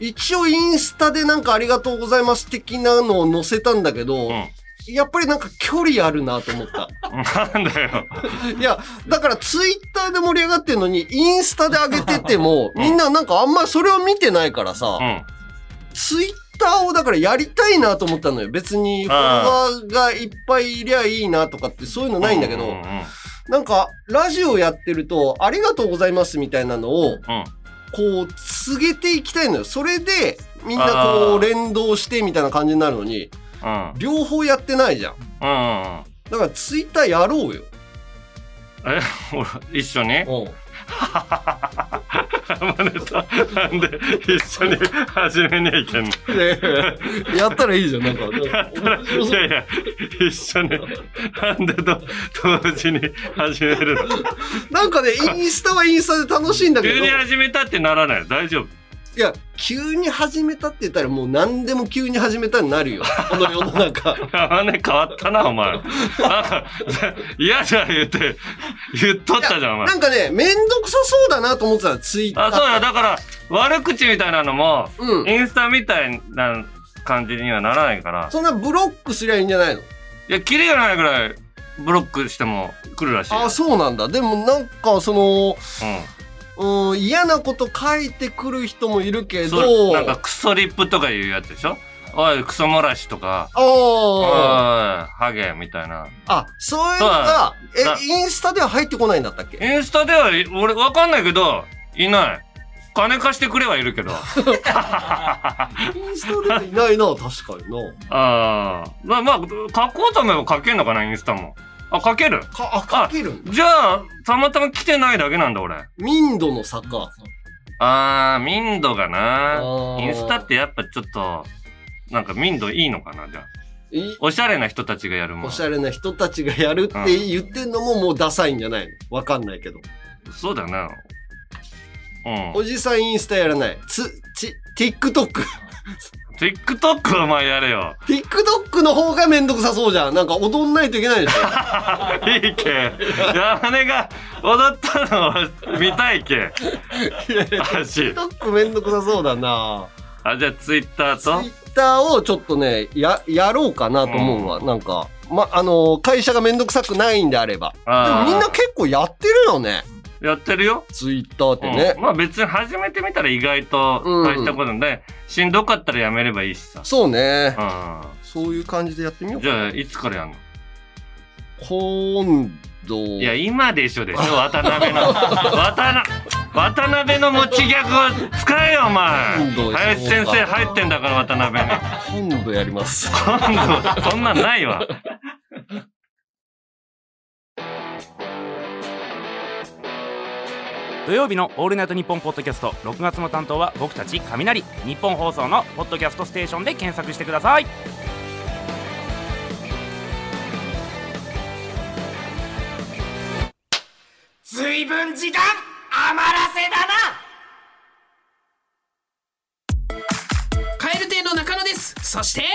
Speaker 2: 一応インスタでなんかありがとうございます的なのを載せたんだけど、
Speaker 1: うん
Speaker 2: やっぱりなんか距離あるなと思った。
Speaker 1: な んだよ
Speaker 2: いや、だからツイッターで盛り上がってるのに、インスタで上げて ても、みんななんかあんまそれを見てないからさ、
Speaker 1: うん
Speaker 2: ツイッターをだからやりたいなと思ったのよ。別にフォロワーがいっぱいいりゃいいなとかってそういうの ないんだけど、
Speaker 1: うんうんうん
Speaker 2: なんかラジオやってるとありがとうございますみたいなのを
Speaker 1: うん
Speaker 2: こう告げていきたいのよ。それでみんなこ
Speaker 1: あー
Speaker 2: う連動してみたいな感じになるのに、
Speaker 1: うん
Speaker 2: 両方やってないじゃん。
Speaker 1: うんうん
Speaker 2: だからツイッターやろうよ。
Speaker 1: えほら一緒に
Speaker 2: うん
Speaker 1: マネさんなんで一緒に始めにゃいけんの
Speaker 2: ねえやったらいいじゃん。なんか、面白
Speaker 1: い
Speaker 2: そ う
Speaker 1: やいや一緒になんでと同時に始める の
Speaker 2: なんかね、インスタはインスタで楽しいんだけど。
Speaker 1: 急に始めたってならない大丈夫
Speaker 2: いや、急に始めたって言ったらもう何でも急に始めたになるよ。この世の 中。
Speaker 1: 山根変わったな、お 前。なんか、嫌じゃん言って、言っとったじゃん、お前
Speaker 2: な。んかね、めんどくさそうだなと思ってたの、ツイッター。
Speaker 1: あ、そうや、だから、悪口みたいなのも、
Speaker 2: うん。
Speaker 1: インスタみたいな感じにはならないから。
Speaker 2: そんなブロックすりゃいいんじゃないの
Speaker 1: いや、キリがないぐらい、ブロックしても来るらしいよ。
Speaker 2: あ、そうなんだ。でもなんか、その、
Speaker 1: うん。
Speaker 2: うん、嫌なこと書いてくる人もいるけ
Speaker 1: そう
Speaker 2: ど、
Speaker 1: なんかクソリップとかいうやつでしょおい、クソ漏らしとか、おい、
Speaker 2: ああ、
Speaker 1: ハゲみたいな。
Speaker 2: あ、そういうのが
Speaker 1: そうだ、
Speaker 2: え、インスタでは入ってこないんだったっけ
Speaker 1: インスタでは、俺わかんないけど、いない。金貸してくれはいる けど。あ
Speaker 2: インスタではいないな、確かにな。
Speaker 1: あー。まあまあ、書こうと思えば書けるのかな、インスタも。あ、書ける
Speaker 2: か、あ、書けるんだ。
Speaker 1: じゃあ、たまたま来てないだけなんだ、俺。
Speaker 2: 民度の差か。
Speaker 1: あー、民度が
Speaker 2: あ
Speaker 1: な。
Speaker 2: ー
Speaker 1: インスタってやっぱちょっと、なんか民度いいのかな、じゃあ。
Speaker 2: い
Speaker 1: おしゃれな人たちがやるも
Speaker 2: お
Speaker 1: ん。
Speaker 2: しゃれな人たちがやるって言ってんのももうダサいんじゃないのわかんないけど。
Speaker 1: そうだな。うん。
Speaker 2: おじさんインスタやらない。つ、ち、TikTok。
Speaker 1: TikTok はお前やれ よ。
Speaker 2: TikTok の方がめんどくさそうじゃん。なんか踊んないといけないでしょ。
Speaker 1: いいけ。山根が踊ったのを見たいけ。足。
Speaker 2: TikTok めんどくさそうだな
Speaker 1: あ、じゃあ Twitter と
Speaker 2: Twitter をちょっとね、や、やろうかなと思うわ。なんか、ま、あの会社がめんどくさくないんであれば。でも
Speaker 1: あー
Speaker 2: みんな結構やってるよね。
Speaker 1: やってるよ。
Speaker 2: Twitter ってね。
Speaker 1: うんまあ別に始めてみたら意外と大したことない、しんどかったらやめればいいしさ。
Speaker 2: そうね。
Speaker 1: う
Speaker 2: そういう感じでやってみよ
Speaker 1: ん。
Speaker 2: う
Speaker 1: じ
Speaker 2: か
Speaker 1: ゃあ
Speaker 2: な。
Speaker 1: いつからやんの
Speaker 2: 今度。
Speaker 1: いや、今でしょでしょ、渡辺 の。渡な渡辺の持ちギャグを使えよ、お前
Speaker 2: 今度。は
Speaker 1: 林先生入ってんだから、渡辺に。
Speaker 2: 今度やります。
Speaker 1: 今度、そんなんないわ。
Speaker 3: 土曜日の「オールナイトニッポン」ポッドキャスト6月の担当は僕たち雷日本放送の「ポッドキャストステーション」で検索してくださいずいぶん時間余らせだな
Speaker 4: カエル亭の中野ですそしては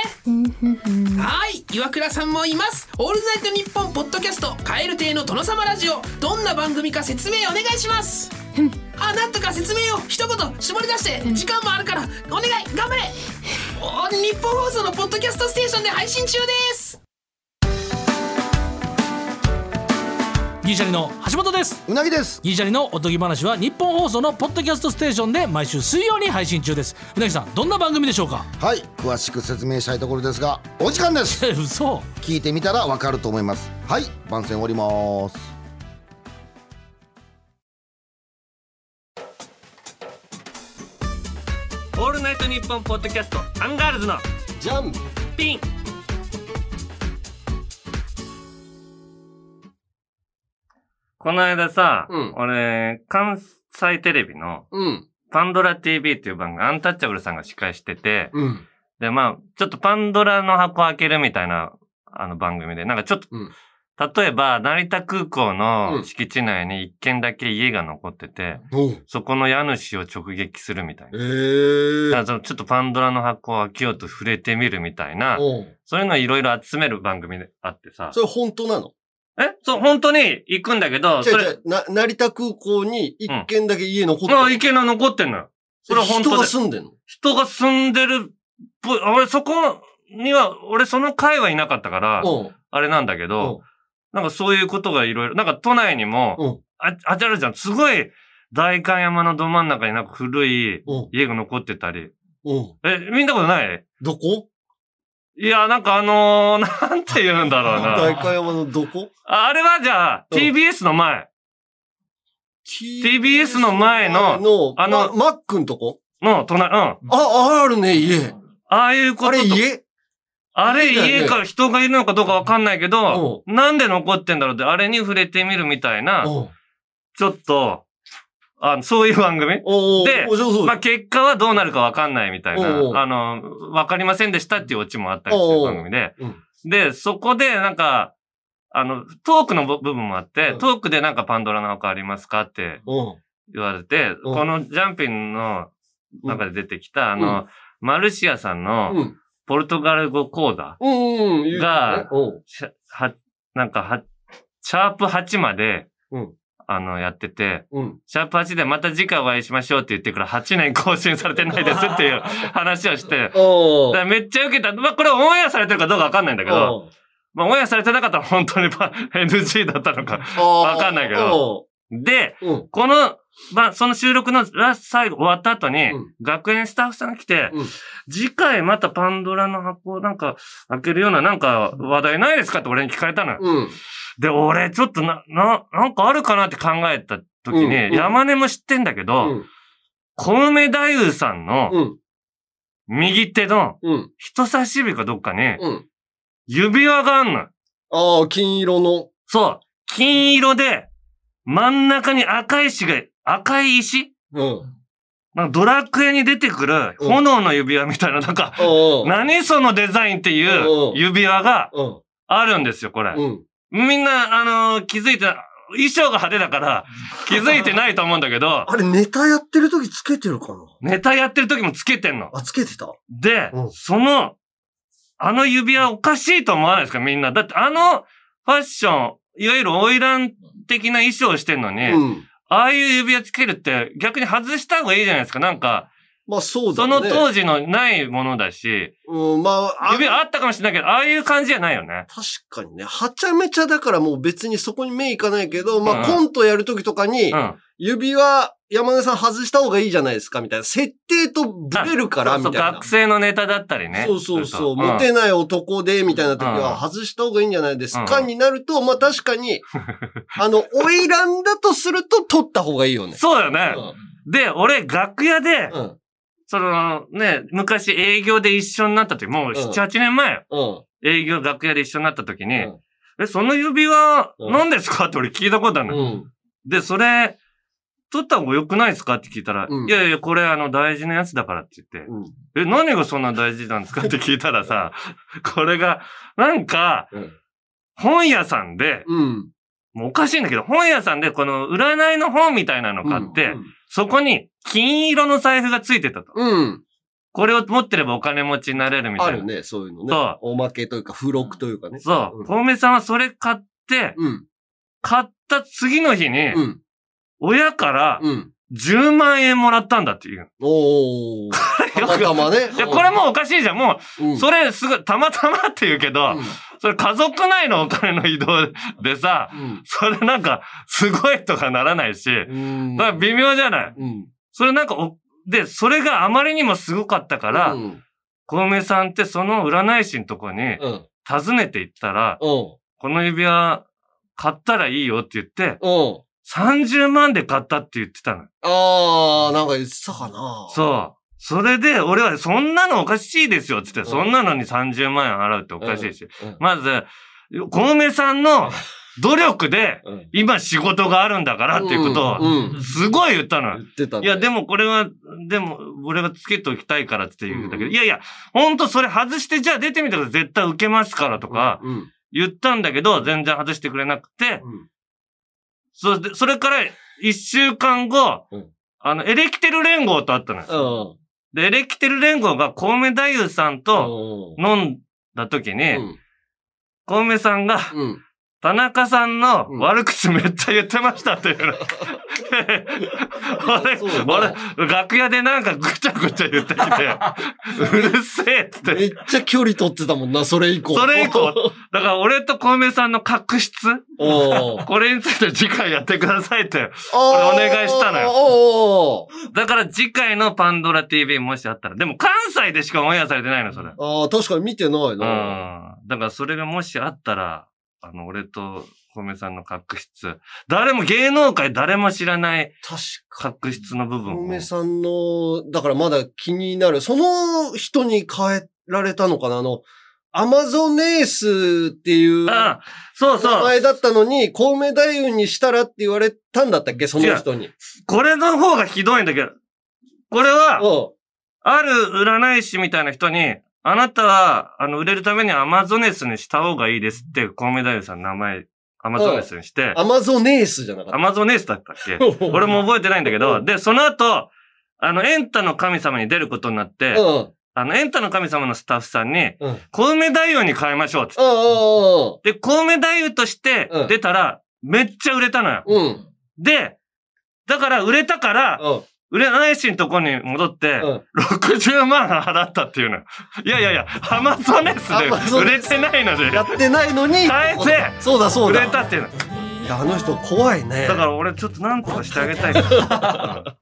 Speaker 4: い岩倉さんもいますオールナイトニッポンポッドキャストカエル亭の殿様ラジオどんな番組か説明お願いしますあなんとか説明を一言絞り出して時間もあるからお願い頑張れお日本放送のポッドキャストステーションで配信中です
Speaker 5: ギリシャリの橋本です
Speaker 6: うなぎです
Speaker 5: ギリシャリのおとぎ話は日本放送のポッドキャストステーションで毎週水曜に配信中ですうなぎさんどんな番組でしょうか
Speaker 6: はい詳しく説明したいところですがお時間です
Speaker 5: え嘘
Speaker 6: 聞いてみたらわかると思いますはい番宣終わります
Speaker 1: オールナイトニッポンポッドキャストアンガールズの
Speaker 2: ジャンプ
Speaker 1: ピンこの間さ、
Speaker 2: うん
Speaker 1: 俺、関西テレビの
Speaker 2: うん。
Speaker 1: パンドラ TV っていう番組、アンタッチャブルさんが司会してて、
Speaker 2: うん。
Speaker 1: で、まあ、ちょっとパンドラの箱開けるみたいな、あの番組で、なんかちょっと、
Speaker 2: うん
Speaker 1: 例えば、成田空港
Speaker 2: う
Speaker 1: の
Speaker 2: ん
Speaker 1: 敷地内に一軒だけ家が残ってて、
Speaker 2: おう
Speaker 1: そこの家主を直撃するみたいな
Speaker 2: ええ。
Speaker 1: だからそのちょっとパンドラの箱を開けようと触れてみるみたいな、
Speaker 2: おう
Speaker 1: そういうのをいろいろ集める番組であってさ
Speaker 2: そ。れ本当なの
Speaker 1: えそう、本当に行くんだけど、
Speaker 2: 違
Speaker 1: そう
Speaker 2: 違
Speaker 1: れ、
Speaker 2: う。な、成田空港に一軒だけ家残ってる。
Speaker 1: まあ、池の残ってんのよ。それは本当
Speaker 2: 人
Speaker 1: で
Speaker 2: が
Speaker 1: す
Speaker 2: 住んでんの
Speaker 1: 人が住んでるっぽい。あ俺そこには、俺その会はいなかったから、
Speaker 2: うん。
Speaker 1: あれなんだけど、なんかそういうことがいろいろ、なんか都内にも、あ、あちゃるじゃん、すごい、代官山のど真ん中になんか古い
Speaker 2: うん。うん。
Speaker 1: 家が残ってたり。
Speaker 2: うん。
Speaker 1: え、見たことない
Speaker 2: どこ
Speaker 1: いや、なんかあのー、 なんて言うんだろうな。
Speaker 2: 大会山のどこ
Speaker 1: ああれはじゃあ、
Speaker 2: うん
Speaker 1: TBS の前。TBS の前の
Speaker 2: の、
Speaker 1: あ
Speaker 2: あ
Speaker 1: の
Speaker 2: の、マックんとこ
Speaker 1: の、隣、うん。あ
Speaker 2: あ、あるね、家。
Speaker 1: あいうこと
Speaker 2: あれ
Speaker 1: と
Speaker 2: 家
Speaker 1: あれ
Speaker 2: 家だよね
Speaker 1: 家から人がいるのかどうかわかんないけど、なんで残ってんだろうって、あれに触れてみるみたいな、
Speaker 2: うん。
Speaker 1: ちょっと、あそういう番組
Speaker 2: おうおう
Speaker 1: で
Speaker 2: お上手そう
Speaker 1: まあ、結果はどうなるかわかんないみたいな、
Speaker 2: おうおう
Speaker 1: あの、わかりませんでしたっていうオチもあったりする番組で
Speaker 2: おうおう、
Speaker 1: で、そこでなんか、あの、トークの部部分もあって、
Speaker 2: うん
Speaker 1: トークでなんかパンドラの箱ありますかって
Speaker 2: うん。
Speaker 1: 言われて、
Speaker 2: うん
Speaker 1: このジャンピンの中で出てきた、あ
Speaker 2: う
Speaker 1: の、マルシアさん
Speaker 2: う
Speaker 1: の
Speaker 2: ん。
Speaker 1: ポルトガル語講座、
Speaker 2: うん。うん。
Speaker 1: が
Speaker 2: うん。
Speaker 1: シャは、なんかは、シャープ8まで、
Speaker 2: うん
Speaker 1: あの、やってて、
Speaker 2: うん。
Speaker 1: シャープ8でまた次回お会いしましょうって言ってから8年更新されてないですって いう話をして、
Speaker 2: お
Speaker 1: だからめっちゃ受けた。まあ、これオンエアされてるかどうかわかんないんだけど、まあ、オンエアされてなかったら 本当にパ NG だったのか。わ
Speaker 2: わ
Speaker 1: かんないけどで、
Speaker 2: うん。
Speaker 1: このまあ、その収録のラスト最後終わった後に、
Speaker 2: うん
Speaker 1: 学園スタッフさんが来て、
Speaker 2: うん
Speaker 1: 次回またパンドラの箱をなんか開けるようななんか話題ないですかって俺に聞かれたのよ。
Speaker 2: うん。
Speaker 1: で、俺ちょっとな、な、なんかあるかなって考えた時に、
Speaker 2: うんうん
Speaker 1: 山根も知ってんだけ
Speaker 2: う
Speaker 1: ど、
Speaker 2: ん。
Speaker 1: 小梅太夫さんの
Speaker 2: うん。
Speaker 1: 右手の
Speaker 2: うん。
Speaker 1: 人差し指かどっかに
Speaker 2: うん。
Speaker 1: 指輪があんのよ。
Speaker 2: ああ、金色の。
Speaker 1: そう。金色で、真ん中に赤い石が、赤い石
Speaker 2: うん。
Speaker 1: なんかドラクエに出てくる
Speaker 2: うん
Speaker 1: 炎の指輪みたいな、なんか、
Speaker 2: ああ。
Speaker 1: 何そのデザインっていう
Speaker 2: うん
Speaker 1: 指輪が
Speaker 2: うん。
Speaker 1: あるんですよ、これ。
Speaker 2: うん。
Speaker 1: みんな、あのー気づいて、衣装が派手だから気づいてないと思うんだけど、
Speaker 2: あれ、ネタやってる時つけてるかな
Speaker 1: ネタやってる時もつけてんの。
Speaker 2: あ、つけてた
Speaker 1: で、
Speaker 2: うん
Speaker 1: その、あの指輪おかしいと思わないですか、みんな。だってあのファッション、いわゆる花魁的な衣装をしてんのに、
Speaker 2: うん。
Speaker 1: ああいう指輪つけるって逆に外した方がいいじゃないですか、なんか。
Speaker 2: まあ、そうだ
Speaker 1: そ
Speaker 2: ね。
Speaker 1: の当時のないものだし、
Speaker 2: うん、まあ、あ
Speaker 1: 指輪あったかもしれないけど、ああいう感じじゃないよね。
Speaker 2: 確かにね、はちゃめちゃだからもう別にそこに目いかないけど、まあ
Speaker 1: うん
Speaker 2: コントやる時とかに
Speaker 1: う、ん。
Speaker 2: 指輪山根さん外した方がいいじゃないですかみたいな。設定とブレるからみ
Speaker 1: そ
Speaker 2: た
Speaker 1: う
Speaker 2: い
Speaker 1: そう
Speaker 2: な
Speaker 1: 学。生のネタだったりね。
Speaker 2: そうそうそう。
Speaker 1: ん
Speaker 2: モテない男で、みたいな時
Speaker 1: うん
Speaker 2: は外した方がいいんじゃないですか、
Speaker 1: うん
Speaker 2: になると、まあ確か に、あの、オイランだとすると取った方がいいよね。
Speaker 1: そうだよね。で、俺、楽屋で、
Speaker 2: うん。うん。
Speaker 1: そのね、昔営業で一緒になった時、もう7、
Speaker 2: うん
Speaker 1: 8年前よ
Speaker 2: うん。
Speaker 1: 営業、楽屋で一緒になった時に、
Speaker 2: うん
Speaker 1: え、その指輪、
Speaker 2: うん
Speaker 1: 何ですかって俺聞いたことあるのよ、
Speaker 2: うん。
Speaker 1: で、それ、取った方が良くないですかって聞いたら、
Speaker 2: うん
Speaker 1: いやいや、これあの大事なやつだからって言って、
Speaker 2: うん。
Speaker 1: え、何がそんな大事なんですかって聞いたらさ、これが、なんか、
Speaker 2: うん
Speaker 1: 本屋さんで、
Speaker 2: うん。
Speaker 1: もうおかしいんだけど、本屋さんでこの占いの本みたいなの買って、そこに金色の財布がついてたと。
Speaker 2: うん。
Speaker 1: これを持ってればお金持ちになれるみ
Speaker 2: あ
Speaker 1: たいな。
Speaker 2: るね、そういうの
Speaker 1: そ
Speaker 2: ね
Speaker 1: う。
Speaker 2: おまけというか、付録というかね。
Speaker 1: そうう。
Speaker 2: ん
Speaker 1: 小梅さんはそれ買って、
Speaker 2: うん。
Speaker 1: 買った次の日に、
Speaker 2: うん。
Speaker 1: 親から
Speaker 2: うん。
Speaker 1: 10万円もらったんだっていう。
Speaker 2: おー。たまたまね。
Speaker 1: いや、これもうおかしいじゃん。も
Speaker 2: うん、う
Speaker 1: う、
Speaker 2: ん
Speaker 1: それすごい、たまたまって言うけど、それ家族内のお金の移動でさ、それなんか、すごいとかならないし、だ
Speaker 2: うん。
Speaker 1: から微妙じゃない。
Speaker 2: うん。
Speaker 1: それなんかお、で、それがあまりにもすごかったから、
Speaker 2: うん。
Speaker 1: 小梅さんってその占い師のとこに
Speaker 2: うん。
Speaker 1: 訪ねて行ったら、
Speaker 2: うん。
Speaker 1: この指輪買ったらいいよって言って、
Speaker 2: うん。
Speaker 1: 30万で買ったって言ってたの。
Speaker 2: あー、なんか言ってたかな。
Speaker 1: そう。それで、俺は、そんなのおかしいですよって言って、そんなのに30万円払うっておかしいし。
Speaker 2: うん。
Speaker 1: まず、小梅さんの努力で、
Speaker 2: うん。
Speaker 1: 今仕事があるんだからっていうこと
Speaker 2: う
Speaker 1: を、
Speaker 2: ん。
Speaker 1: すごい言ったのよ
Speaker 2: 言。ってた
Speaker 1: いや、で
Speaker 2: も、
Speaker 1: もこれは、でも、俺がつけておきたいからって言うんだけど、
Speaker 2: うん
Speaker 1: いやいや、ほんとそれ外して、じゃあ出てみたら絶対受けますからとか
Speaker 2: うん。
Speaker 1: 言ったんだけど、全然外してくれなくて、それでそれから一週間後
Speaker 2: うん、
Speaker 1: あの、エレキテル連合と会ったのよ。
Speaker 2: うん。
Speaker 1: で、エレキテル連合が小梅太夫さんと飲んだ時に、小梅さんが、
Speaker 2: うん。
Speaker 1: 田中さんの
Speaker 2: うん
Speaker 1: 悪口めっちゃ言ってましたって いうの。俺
Speaker 2: そうだ、な
Speaker 1: 俺、楽屋でなんかぐちゃぐちゃ言って きて、うるせえっつっ
Speaker 2: め
Speaker 1: て。
Speaker 2: っちゃ距離取ってたもんな、それ以降。
Speaker 1: それ以降。だから俺と小梅さんの確執
Speaker 2: お
Speaker 1: これについて次回やってくださいって。
Speaker 2: お
Speaker 1: お願いしたのよ
Speaker 2: よ。
Speaker 1: だから次回のパンドラ TV もしあったら。でも関西でしかオンエアされてないの、それ。うん。
Speaker 2: あー、確かに見てないな。
Speaker 1: だからそれがもしあったら、あの、俺と小梅さんの確執。誰も、芸能界誰も知らない
Speaker 2: 確か
Speaker 1: 確執の部
Speaker 2: に。
Speaker 1: 分
Speaker 2: 小
Speaker 1: を。
Speaker 2: 梅さんの、だからまだ気になる。その人に変えられたのかなあの、アマゾネースっていう。
Speaker 1: ああ、そう
Speaker 2: 名
Speaker 1: そう。
Speaker 2: 前だったのに、コウメ太夫にしたらって言われたんだったっけその人に。
Speaker 1: これの方がひどいんだけど。これは、
Speaker 2: おう
Speaker 1: ある占い師みたいな人に、あなたは、あの、売れるためにアマゾネスにした方がいいですって、コウメ太夫さんの名前、アマゾネスにして、
Speaker 2: アマゾネースじゃなかっ
Speaker 1: ア
Speaker 2: た。
Speaker 1: マゾネスだったっけ
Speaker 2: うん
Speaker 1: 俺も覚えてないんだけ
Speaker 2: う
Speaker 1: ど、
Speaker 2: ん
Speaker 1: で、その後、あの、エンタの神様に出ることになって、
Speaker 2: うん。うん。
Speaker 1: あの、エンタの神様のスタッフさんに、
Speaker 2: うん。うん。
Speaker 1: コウメ太夫に変えましょうって言っ
Speaker 2: うん
Speaker 1: て。で、コウメ太夫として
Speaker 2: うん
Speaker 1: 出たら、めっちゃ売れたのよ。
Speaker 2: うん。うん。
Speaker 1: で、だから売れたから、
Speaker 2: うん。
Speaker 1: 売れないしのとこに戻って、
Speaker 2: うん
Speaker 1: 60万払ったっていうの。いやいやいや、アマゾネスで売れてないので、
Speaker 2: やってないのに。
Speaker 1: 変えて
Speaker 2: そうだそう
Speaker 1: 売
Speaker 2: だ。
Speaker 1: れたっていうの。
Speaker 2: いやあの人怖いね
Speaker 1: だから俺ちょっとなんとかしてあげたいから。うん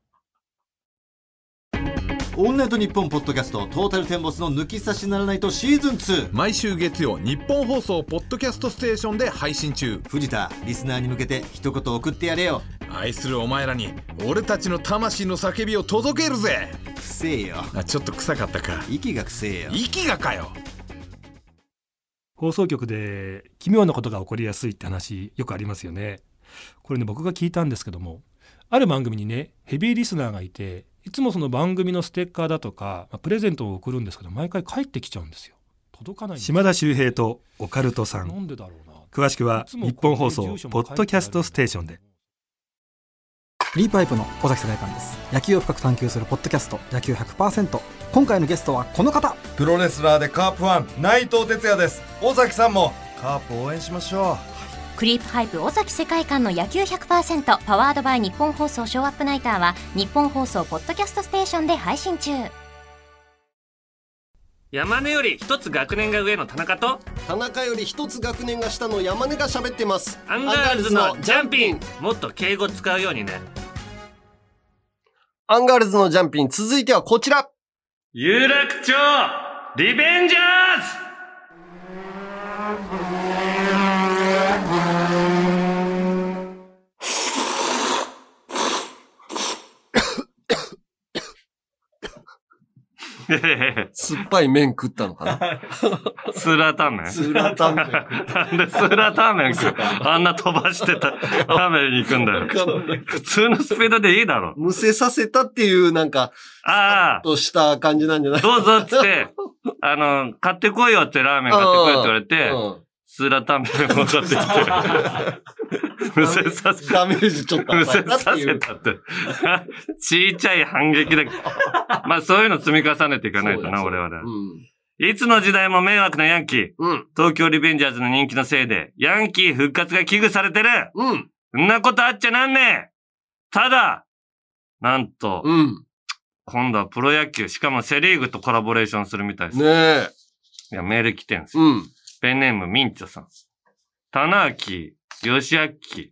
Speaker 7: オールナイトニッポンポッドキャストトータルテンボスの抜き差しならないとシーズン2
Speaker 8: 毎週月曜日本放送ポッドキャストステーションで配信中
Speaker 7: 藤田リスナーに向けて一言送ってやれよ
Speaker 8: 愛するお前らに俺たちの魂の叫びを届けるぜ
Speaker 7: くせえよ
Speaker 8: あちょっと臭かったか
Speaker 7: 息がくせえよ
Speaker 8: 息がかよ
Speaker 9: 放送局で奇妙なことが起こりやすいって話よくありますよねこれね僕が聞いたんですけどもある番組にねヘビーリスナーがいていつもその番組のステッカーだとか、まあプレゼントを送るんですけど毎回帰ってきちゃうんですよ届かないんですよ
Speaker 10: 島田秀平とオカルトさ
Speaker 9: なんんでだろうな
Speaker 10: 詳しくはい
Speaker 9: つも
Speaker 10: 日本放送ポッドキャストステーションで
Speaker 11: フリーパイプの尾崎世界観です野球を深く探求するポッドキャスト野球100%今回のゲストはこの方
Speaker 12: プロレスラーでカープファン内藤哲也です尾崎さんもカープ応援しましょ
Speaker 13: クリープハイプ尾崎世界観の野球100%パワードバイ日本放送ショーアップナイターは日本放送ポッドキャストステーションで配信中
Speaker 1: 山根より一つ学年が上の田中と
Speaker 2: 田中より一つ学年が下の山根が喋ってます
Speaker 1: アンガールズのジャンピンもっと敬語使うようにね
Speaker 2: アンガールズのジャンピン続いてはこちら
Speaker 1: 有楽町リベンジャーズ へへへ
Speaker 2: 酸っぱい麺食ったのかな
Speaker 1: スーラータンメン
Speaker 2: スーラータンメン
Speaker 1: なんでスーラーターメン食うあんな飛ばしてたラーメンに行くんだよ。普通のスピードでいいだろ。
Speaker 2: むせさせたっていうなんか
Speaker 1: あ
Speaker 2: とした感じなんじゃな
Speaker 1: あ、
Speaker 2: い
Speaker 1: どうぞっつって、あの、買ってこいよってラーメン買ってこいって言われて、
Speaker 2: う
Speaker 1: スーラータンメン戻ってきて、むせさせ
Speaker 2: ん、ダメージちょっと
Speaker 1: む
Speaker 2: 与
Speaker 1: せ
Speaker 2: えたって
Speaker 1: さ
Speaker 2: い
Speaker 1: せ
Speaker 2: う
Speaker 1: たって。ちいちゃい反撃だけど。まあそういうの積み重ねていかないとな、
Speaker 2: そう
Speaker 1: 我
Speaker 2: だよ
Speaker 1: 々は。いつの時代も迷惑なヤンキー。
Speaker 2: うんうん
Speaker 1: 東京リベンジャーズの人気のせいで、ヤンキー復活が危惧されてる。
Speaker 2: うん
Speaker 1: そんなことあっちゃなんねえただ、なんと、
Speaker 2: うん
Speaker 1: 今度はプロ野球、しかもセリーグとコラボレーションするみたいです。
Speaker 2: ねえ
Speaker 1: いや、メール来てんすよ。
Speaker 2: うん
Speaker 1: ペンネーム、ミンチョさん。タナーキー、ヨシアッキー、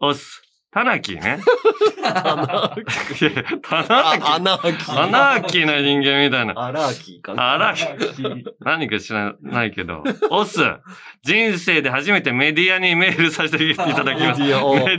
Speaker 1: オス。タナーキー ね。いやいやタナーキ
Speaker 2: あ
Speaker 1: ー。
Speaker 2: 穴開き
Speaker 1: タナーキーな人間みたいな。
Speaker 2: アラーキーかな
Speaker 1: あら、何か知らないけど。オス、人生で初めてメディアにメールさせていただきます。
Speaker 2: メディアおう
Speaker 1: メデ
Speaker 2: メ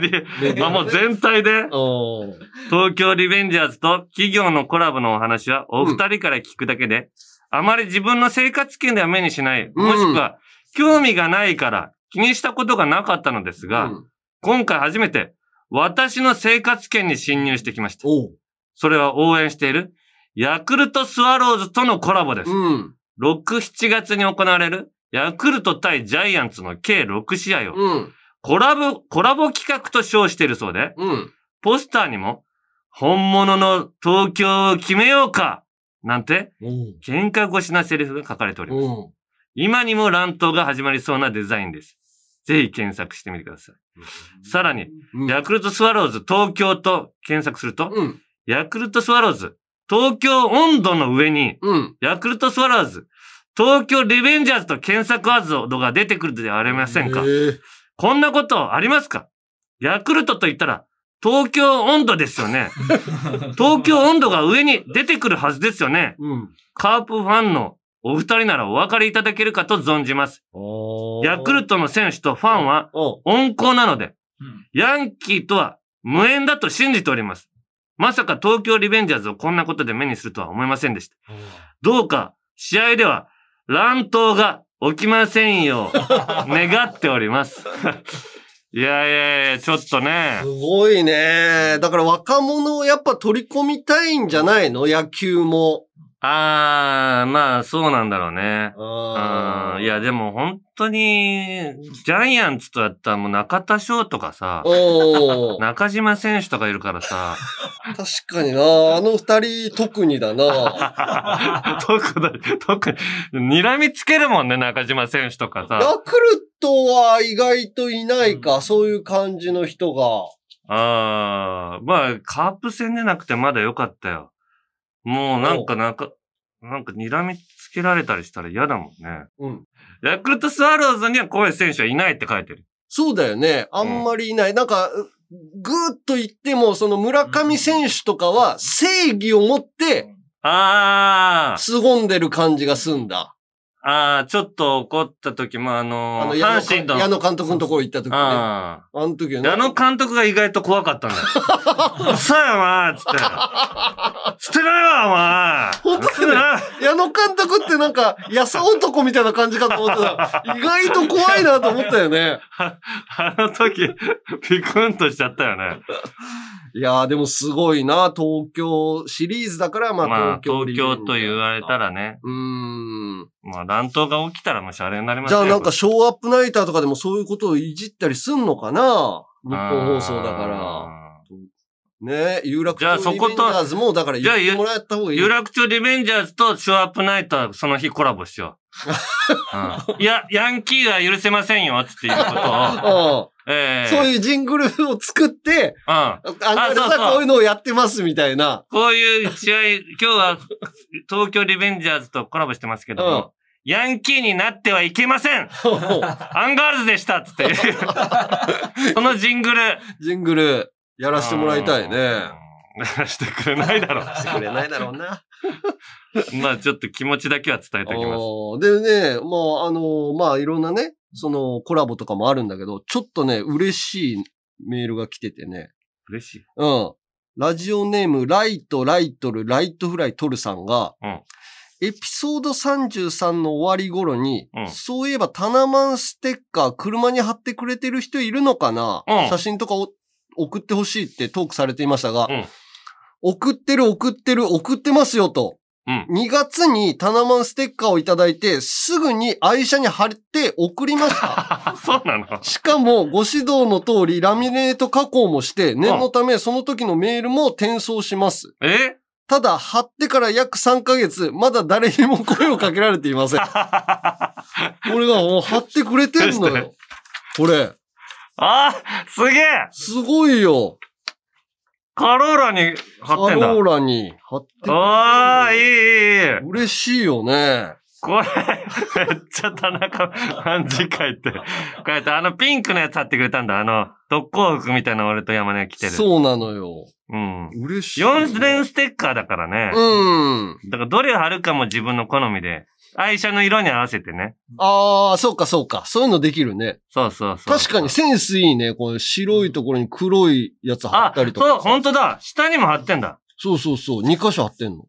Speaker 1: ィ
Speaker 2: ディ
Speaker 1: ア、あ、
Speaker 2: ア
Speaker 1: もう全体で
Speaker 2: おー
Speaker 1: 東京リベンジャーズと企業のコラボのお話はお二人から聞くだけで、あまり自分の生活圏では目にしない、もしくは興味がないから気にしたことがなかったのですが、
Speaker 2: うん
Speaker 1: 今回初めて私の生活圏に侵入してきました。
Speaker 2: おう
Speaker 1: それは応援しているヤクルトスワローズとのコラボです。
Speaker 2: うん
Speaker 1: 6、7月に行われるヤクルト対ジャイアンツの計6試合を
Speaker 2: うん
Speaker 1: コラボ、コラボ企画と称しているそうで、
Speaker 2: うん
Speaker 1: ポスターにも、本物の東京を決めようかなんて、
Speaker 2: うん
Speaker 1: 喧嘩越しなセリフが書かれております。
Speaker 2: うん
Speaker 1: 今にも乱闘が始まりそうなデザインです。ぜひ検索してみてください。さらに、
Speaker 2: うん
Speaker 1: ヤクルトスワローズ東京と検索すると、
Speaker 2: うん
Speaker 1: ヤクルトスワローズ東京温度の上に、
Speaker 2: うん
Speaker 1: ヤクルトスワローズ東京リベンジャーズと検索ワードが出てくるではありませんか
Speaker 2: え。ー
Speaker 1: こんなことありますかヤクルトと言ったら、東京温度ですよ ね。東京温度が上に出てくるはずですよね。
Speaker 2: うん
Speaker 1: カープファンのお二人ならお分かりいただけるかと存じます。ヤクルトの選手とファンは
Speaker 2: おう
Speaker 1: 温厚なので、ヤンキーとは無縁だと信じております。まさか東京リベンジャーズをこんなことで目にするとは思いませんでした。どうか試合では乱闘が起きませんよう願っております。いやいやいや、ちょっとね
Speaker 2: す。ごいね。だから若者をやっぱ取り込みたいんじゃないの野球も。
Speaker 1: あー、まあそうなんだろうね。
Speaker 2: あ
Speaker 1: うんいや、でも本当に、ジャイアンツとやったらもう中田翔とかさ、
Speaker 2: おー
Speaker 1: 中島選手とかいるからさ、
Speaker 2: 確かにな。あの二人特にだな。
Speaker 1: 特に、特に、睨みつけるもんね、中島選手とか
Speaker 2: ヤ
Speaker 1: さ。
Speaker 2: クルトは意外といないか、そういう感じの人が。
Speaker 1: ああ、まあ、カープ戦でなくてまだ良かったよ。もうなんか、なんか、なんか睨みつけられたりしたら嫌だもんね。
Speaker 2: うん。
Speaker 1: ヤクルトスワローズにはこういう選手はいないって書いてる。
Speaker 2: そうだよね。あんまりいない。なんか、ぐーっと言っても、その村上選手とかは正義を持って、
Speaker 1: ああ。
Speaker 2: 凄んでる感じがすんだ。
Speaker 1: ああ、ちょっと怒った時も、あ
Speaker 2: あ
Speaker 1: の
Speaker 2: の、
Speaker 1: ー、
Speaker 2: 矢野
Speaker 1: 阪神の。
Speaker 2: 矢野監督のところ行った時ね。あ
Speaker 1: あ
Speaker 2: の時は
Speaker 1: あ
Speaker 2: ね。
Speaker 1: 矢野監督が意外と怖か ったんだよ。嘘やお前つって。してないわ、お前
Speaker 2: 本当だね。矢野監督ってなんか、安男みたいな感じかと思ってたら、意外と怖いなと思ったよね。
Speaker 1: あの時、ピクンとしちゃったよね。
Speaker 2: いやーでもすごいな、東京シリーズだから、ま
Speaker 1: ま
Speaker 2: あ
Speaker 1: あ、
Speaker 2: 東京リ
Speaker 1: 東
Speaker 2: ベンジ
Speaker 1: 京と言われたらね。
Speaker 2: うーん。
Speaker 1: まあ、乱闘が起きたらもうシャレになります
Speaker 2: じ
Speaker 1: よ
Speaker 2: ゃあなんか、ショーアップナイターとかでもそういうことをいじったりすんのかな日本放送だから。ね有楽
Speaker 1: じゃあ
Speaker 2: 町
Speaker 1: そ
Speaker 2: リ
Speaker 1: こ
Speaker 2: ベ
Speaker 1: と
Speaker 2: ンジャーズもだから
Speaker 1: じ
Speaker 2: 言
Speaker 1: ゃあ
Speaker 2: ってもらった方がいい。
Speaker 1: 有楽町リベンジャーズとショーアップナイター、その日コラボしよう。 うんいや、ヤンキーは許せませんよ、つっていうことを。
Speaker 2: うん
Speaker 1: ええ
Speaker 2: そういうジングルを作って、
Speaker 1: うん。あ
Speaker 2: あんまり
Speaker 1: そうそう
Speaker 2: さ、こういうのをやってますみたいな。
Speaker 1: こういう試合、今日は東京リベンジャーズとコラボしてますけども、ヤンキーになってはいけませんアンガールズでしたっつ って。そのジングル。
Speaker 2: ジングル、やらせてもらいたいね。
Speaker 1: してくれない だろう。
Speaker 2: してくれないだろ うな。
Speaker 1: まあちょっと気持ちだけは伝えておきます。
Speaker 2: おーでね、まあ、あのーまあ、いろんなね、そのコラボとかもあるんだけど、ちょっとね、嬉しいメールが来ててね。
Speaker 1: 嬉しい。
Speaker 2: うん。ラジオネーム、ライト、ライトル、ライトフライトルさんが、エピソード33の終わり頃に、そういえばタナマンステッカー車に貼ってくれてる人いるのかな、
Speaker 1: うん
Speaker 2: 写真とかお送ってほしいってトークされていましたが、送ってる送ってる送ってますよと、2月にタナマンステッカーをいただいて、すぐに愛車に貼って送りました。
Speaker 1: そうなの
Speaker 2: しかも、ご指導の通り、ラミネート加工もして、念のため、その時のメールも転送します。
Speaker 1: え
Speaker 2: ただ、貼ってから約3ヶ月、まだ誰にも声をかけられてい ません。これが、もう貼ってくれてるのよ。これ。
Speaker 1: あすげえ
Speaker 2: すごいよ。
Speaker 1: カローラに貼ってんだ
Speaker 2: カローラに貼ってくれてるのよ
Speaker 1: ああ、いい、いい、いい。
Speaker 2: 嬉しいよね。
Speaker 1: これ、めっちゃ田中判事会って、こうやってあのピンクのやつ貼ってくれたんだ。あの、特攻服みたいな俺と山根が着てる。
Speaker 2: そうなのよ。
Speaker 1: うん。
Speaker 2: 嬉しい。
Speaker 1: 4連ステッカーだからね。
Speaker 2: うん。
Speaker 1: だからどれ貼るかも自分の好みで、愛車の色に合わせてね。
Speaker 2: ああ、そうかそうか。そういうのできるね。
Speaker 1: そうそうそう。
Speaker 2: 確かにセンスいいね。この白いところに黒いやつ貼ったりとか。
Speaker 1: そう、本当だ。下にも貼ってんだ。
Speaker 2: そうそうそう。2箇所貼ってんの。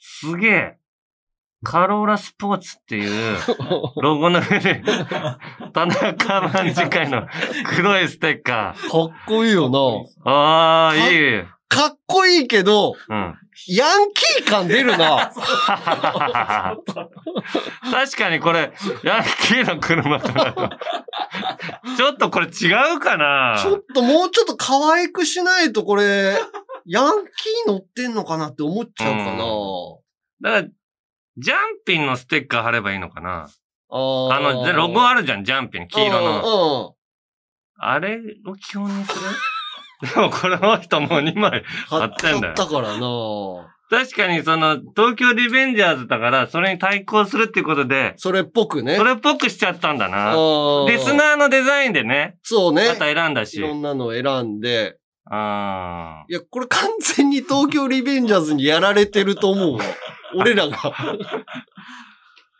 Speaker 1: すげえ。カローラスポーツっていう ロゴの上に、田中万次会の黒いステッカー。
Speaker 2: かっこいいよ
Speaker 1: な。ああ、いい。
Speaker 2: かっこいいけど、
Speaker 1: うん。
Speaker 2: ヤンキー感出る な。
Speaker 1: 確かにこれ、ヤンキーの車となるちょっとこれ違うかな
Speaker 2: ちょっともうちょっと可愛くしないとこれ、ヤンキー乗ってんのかなって思っちゃうかな。
Speaker 1: だから、ジャンピンのステッカー貼ればいいのかな
Speaker 2: あ
Speaker 1: あの、でロゴあるじゃん、ジャンピン、黄色の。
Speaker 2: の。
Speaker 1: あれを基本にす るでもこれの人もう2枚貼ってんだよ。
Speaker 2: だからな。
Speaker 1: 確かにその、東京リベンジャーズだから、それに対抗するっていうことで、
Speaker 2: それっぽくね。
Speaker 1: それっぽくしちゃったんだな。
Speaker 2: ー
Speaker 1: リスナーのデザインでね。
Speaker 2: そうね。
Speaker 1: また選んだし。
Speaker 2: いろんなの選んで。
Speaker 1: あ
Speaker 2: いや、これ完全に東京リベンジャーズにやられてると思うわ。俺らが。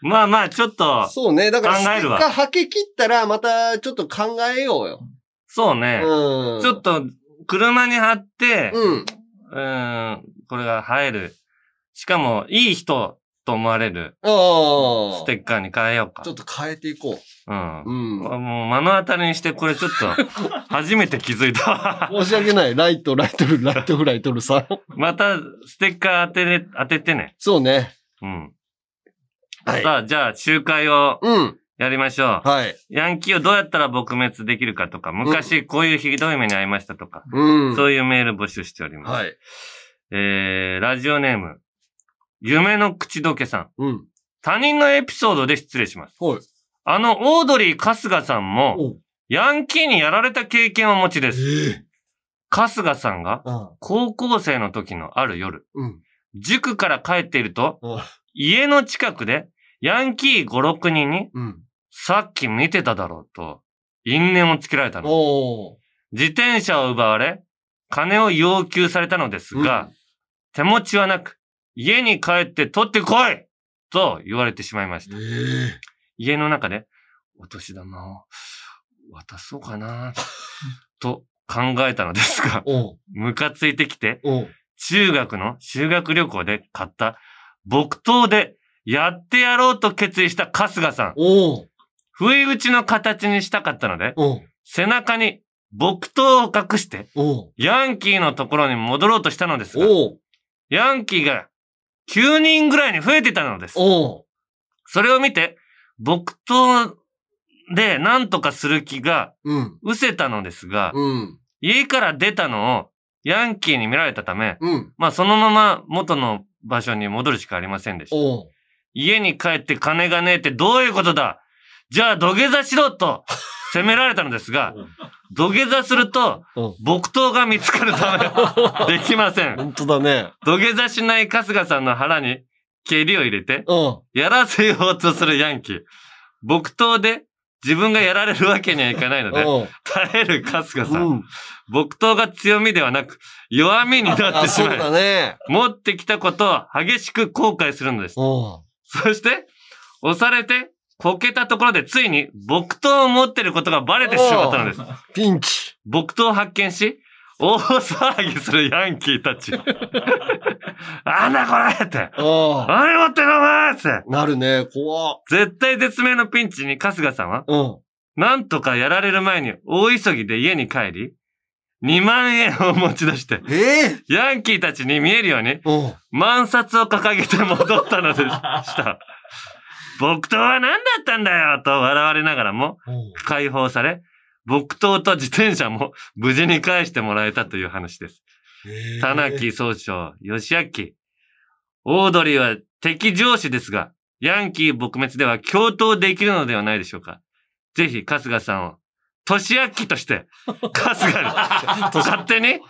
Speaker 1: まあまあ、ちょっと。
Speaker 2: そうね。だから、
Speaker 1: 考えるわ
Speaker 2: ステッカーはけ切ったら、またちょっと考えようよ。
Speaker 1: そうね。
Speaker 2: うん
Speaker 1: ちょっと、車に貼って、。
Speaker 2: うん
Speaker 1: これが入る。しかも、いい人と思われる、
Speaker 2: あ
Speaker 1: ステッカーに変えようか。
Speaker 2: ちょっと変えていこ
Speaker 1: うん。
Speaker 2: うん
Speaker 1: もう、目の当たりにして、これち ょっと、初めて気づいたわ。
Speaker 2: う。申し訳ない。ライト、ライトル、ライトフライト ルさん。
Speaker 1: また、ステッカー当てれ、当ててね。
Speaker 2: そうね。
Speaker 1: うん。さあ、じゃあ、集会を、やりましょう。
Speaker 2: はい。
Speaker 1: ヤンキーをどうやったら撲滅できるかとか、昔こういうひどい目に遭いましたとか、
Speaker 2: うん
Speaker 1: そういうメール募集しております。
Speaker 2: はい。
Speaker 1: えー、ラジオネーム、夢の口どけさん。
Speaker 2: うん。
Speaker 1: 他人のエピソードで失礼します。
Speaker 2: はい。
Speaker 1: あの、オードリー春日さんも、ヤンキーにやられた経験をお持ちです。春日さんが、高校生の時のある夜、
Speaker 2: うん
Speaker 1: 塾から帰っていると、家の近くで、ヤンキー5、6人に、
Speaker 2: うん。
Speaker 1: さっき見てただろうと、因縁をつけられたの。自転車を奪われ、金を要求されたのですが、手持ちはなく、家に帰って取ってこいと言われてしまいました。家の中で、お年玉を渡そうかなと考えたのですが、ムカついてきて、中学の修学旅行で買った木刀でやってやろうと決意した春日さん。不意打ちの形にしたかったので、背中に木刀を隠して、ヤンキーのところに戻ろうとしたのですが、ヤンキーが9人ぐらいに増えてたのです。それを見て、木刀で何とかする気が失せたのですが、家から出たのをヤンキーに見られたため、まあそのまま元の場所に戻るしかありませんでした。 家に帰って金がねえってどういうことだじゃあ土下座しろと責められたのですが、土下座すると、木刀が見つかるた め、できません。本
Speaker 2: 当だね。
Speaker 1: 土下座しない春日さんの腹に蹴りを入れて、やらせようとするヤンキー。木刀で自分がやられるわけにはいかないので
Speaker 2: うん、
Speaker 1: 耐える春日さん。木刀が強みではなく、弱みになってしま
Speaker 2: あ
Speaker 1: い、
Speaker 2: そうだね
Speaker 1: 持ってきたことを激しく後悔するのです。そして、押されて、こけたところでついに木刀を持ってることがバレてしまったのです。
Speaker 2: ピンチ。
Speaker 1: 木刀を発見し、大騒ぎするヤンキーたち。 あんなこれって。あれ持ってんのお前って。
Speaker 2: なるね、怖っ
Speaker 1: 絶対絶命のピンチに春日さんは、なんとかやられる前に大急ぎで家に帰り、2万円を持ち出して、ヤンキーたちに見えるように、万札を掲げて戻ったのでした。木刀は何だったんだよと笑われながらも、解放され、木刀と自転車も無事に返してもらえたという話です。田中総長、吉明。オードリーは敵上司ですが、ヤンキー撲滅では共闘できるのではないでしょうか。ぜひ、春日さんを、年明として、春日に、勝手に、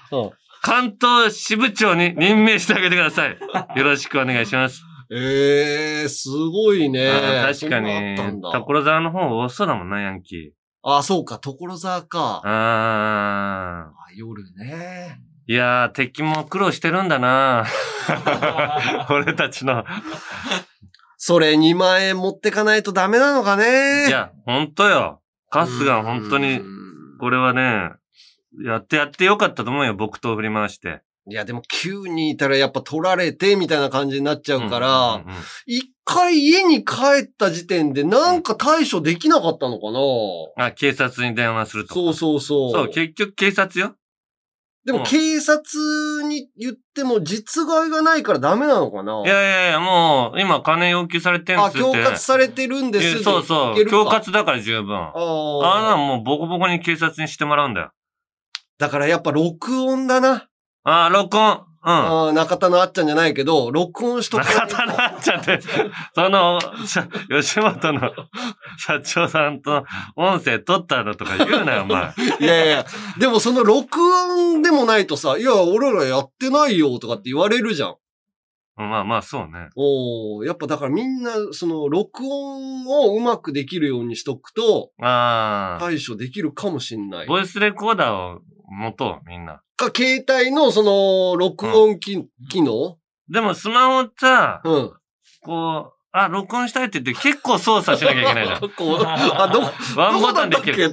Speaker 1: 関東支部長に任命してあげてくだ さい。よろしくお願いします。
Speaker 2: ええー、すごいね
Speaker 1: あ。ー確か
Speaker 2: そんなあったん
Speaker 1: に、
Speaker 2: だ
Speaker 1: 所沢の方多そうだもんな、ヤンキ
Speaker 2: あ、そうか、所沢か。
Speaker 1: ー。ああ。
Speaker 2: 夜ね。
Speaker 1: いやー、敵も苦労してるんだ な俺たちの。
Speaker 2: それ2万円持ってかないとダメなのかね。
Speaker 1: いや、ほんとよ。春日は本当に、これはね、やってやってよかったと思うよ、木刀振り回して。
Speaker 2: いや、でも9人いたらやっぱ取られてみたいな感じになっちゃうから、一、回家に帰った時点でなんか対処できなかったのかな、
Speaker 1: あ、警察に電話するとか。そう
Speaker 2: そうそう
Speaker 1: そう、結局警察よ。
Speaker 2: で
Speaker 1: う
Speaker 2: も
Speaker 1: ん
Speaker 2: 警察に言っても実害がないからダメなのかない
Speaker 1: やいやいや、もう、今金要求されてん
Speaker 2: あ、
Speaker 1: すって。
Speaker 2: 恐喝されてるんで
Speaker 1: い
Speaker 2: す
Speaker 1: やそう
Speaker 2: い
Speaker 1: そ
Speaker 2: け
Speaker 1: う。
Speaker 2: るか
Speaker 1: 恐喝だから十分。ああんなのもうボコボコに警察にしてもらうんだよ。
Speaker 2: だからやっぱ録音だな。
Speaker 1: ああ、録音。
Speaker 2: うん。中田のあっちゃんじゃないけど、録音しとく。中田
Speaker 1: のあっちゃんって、その、 しゃ吉本の 社長さんと音声取っただとか言うなよ、お前。
Speaker 2: いやいや、でもその録音でもないとさ、いや、俺らやってないよとかって言われるじゃん。
Speaker 1: まあまあ、そうね。
Speaker 2: おーやっぱだからみんな、その、録音をうまくできるようにしとくと、
Speaker 1: ああ。
Speaker 2: 対処できるかもしんない。
Speaker 1: ボイスレコーダーを持とう、みんな。
Speaker 2: か、携帯のその、録音機,、機能
Speaker 1: でもスマホさ、
Speaker 2: うん。
Speaker 1: こう、あ、録音したいって言って結構操作しなきゃいけないじゃん。
Speaker 2: こう あど
Speaker 1: ワンボタンでいける。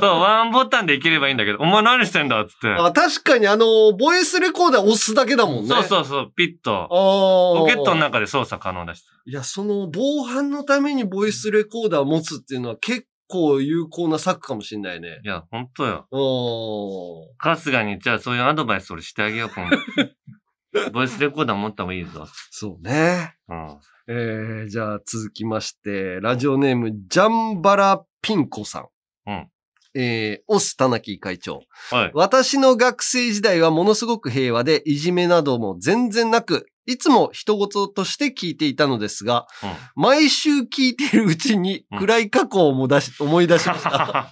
Speaker 1: そう、ワンボタンでいければいいんだけど、お前何してんだっつって。
Speaker 2: あ確かにあの、ボイスレコーダー押すだけだもんね。
Speaker 1: そうそうそう、ピッと。
Speaker 2: ポ
Speaker 1: ポケットの中で操作可能だし。
Speaker 2: いや、その、防犯のためにボイスレコーダー持つっていうのは結構有効な策かもしんないね。
Speaker 1: いや、ほんとよ。
Speaker 2: お
Speaker 1: 春日に、じゃあそういうアドバイス俺してあげよう、今 度。ボイスレコーダー持った方がいいぞ。
Speaker 2: そうね。
Speaker 1: うん。
Speaker 2: えー、じゃあ続きまして、ラジオネーム、ジャンバラピンコさん。
Speaker 1: うん。
Speaker 2: えー、オス田中会長。
Speaker 1: はい。
Speaker 2: 私の学生時代はものすごく平和で、いじめなども全然なく、いつも人事として聞いていたのですが、毎週聞いているうちに暗い過去を思い出し思い出しま した。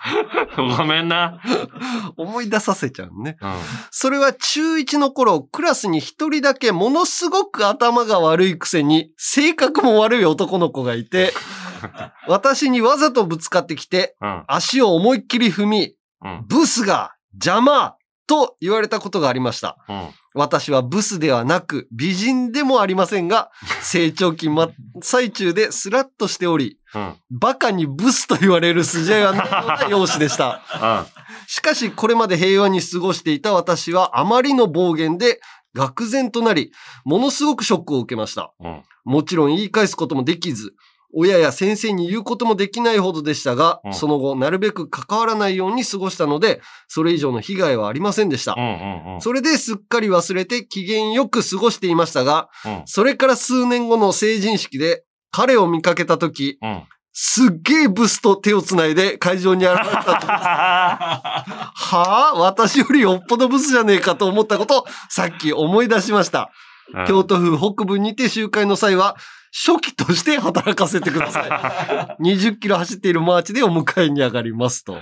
Speaker 1: ごめんな。
Speaker 2: 思い出させちゃうね。それは中1の頃、クラスに一人だけものすごく頭が悪いくせに、性格も悪い男の子がいて、私にわざとぶつかってきて、足を思いっきり踏み、ブスが邪魔と言われたことがありました。私はブスではなく美人でもありませんが、成長期真っ最中でスラッとしており、バカにブスと言われる筋合いはないような容姿でした。しかし、これまで平和に過ごしていた私はあまりの暴言で愕然となり、ものすごくショックを受けました。もちろん言い返すこともできず、親や先生に言うこともできないほどでしたが、
Speaker 1: うん
Speaker 2: その後、なるべく関わらないように過ごしたので、それ以上の被害はありませんでした。それですっかり忘れて機嫌よく過ごしていましたが、それから数年後の成人式で、彼を見かけたとき、すっげえブスと手をつないで会場に現れたと。はあ私よりよっぽどブスじゃねえかと思ったこと、さっき思い出しました
Speaker 1: うん。
Speaker 2: 京都府北部にて集会の際は、初期として働かせてく ださい。20キロ走っているマーチでお迎えに上がりますと。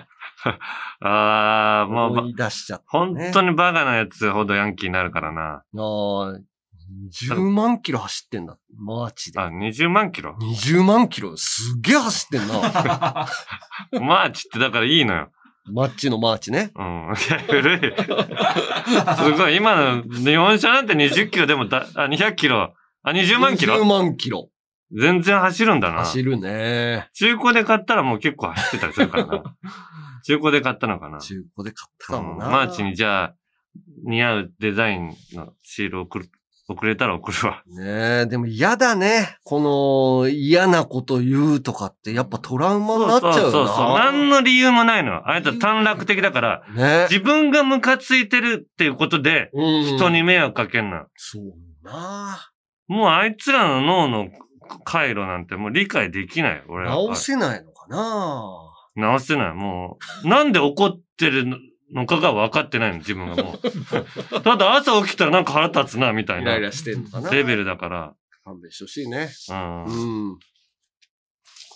Speaker 1: ああ、もうば、
Speaker 2: 思い出しちゃった、
Speaker 1: 本
Speaker 2: ね。
Speaker 1: 当にバカなやつほどヤンキーになるからな。
Speaker 2: ああ、10万キロ走ってんだ。マーチで。
Speaker 1: あ、20万キロ
Speaker 2: ?20 万キロすっげえ走って んな。
Speaker 1: マーチってだからいいのよ。
Speaker 2: マッチのマーチね。
Speaker 1: うん。いや、古い。すごい。今の日本車なんて20キロでもだ、あ、200キロ。あ、20万キロ
Speaker 2: ?20 万キロ。
Speaker 1: 全然走るんだな。
Speaker 2: 走るね。
Speaker 1: 中古で買ったらもう結構走ってたりする からな。中古で買ったのかな。
Speaker 2: 中古で買ったかもな。
Speaker 1: マーチにじゃあ、似合うデザインのシール送る、送れたら送るわ。
Speaker 2: ねえ、でも嫌だね。この嫌なこと言うとかって、やっぱトラウマになっちゃうよな。
Speaker 1: そうそう。何の理由もないの。あなた短絡的だから、
Speaker 2: ね
Speaker 1: 自分がムカついてるっていうことで、人に迷惑かけんな。
Speaker 2: そうな
Speaker 1: もうあいつらの脳の回路なんてもう理解できない。俺は。
Speaker 2: 直せないのかな
Speaker 1: 直せない。もう、なんで怒ってるのかが分かってないの、自分がも う。ただ朝起きたらなんか腹立つな、みたい
Speaker 2: イ
Speaker 1: な。
Speaker 2: ライラしてんのかな
Speaker 1: レベルだから。
Speaker 2: 勘弁してほしいね。
Speaker 1: うん。
Speaker 2: うん。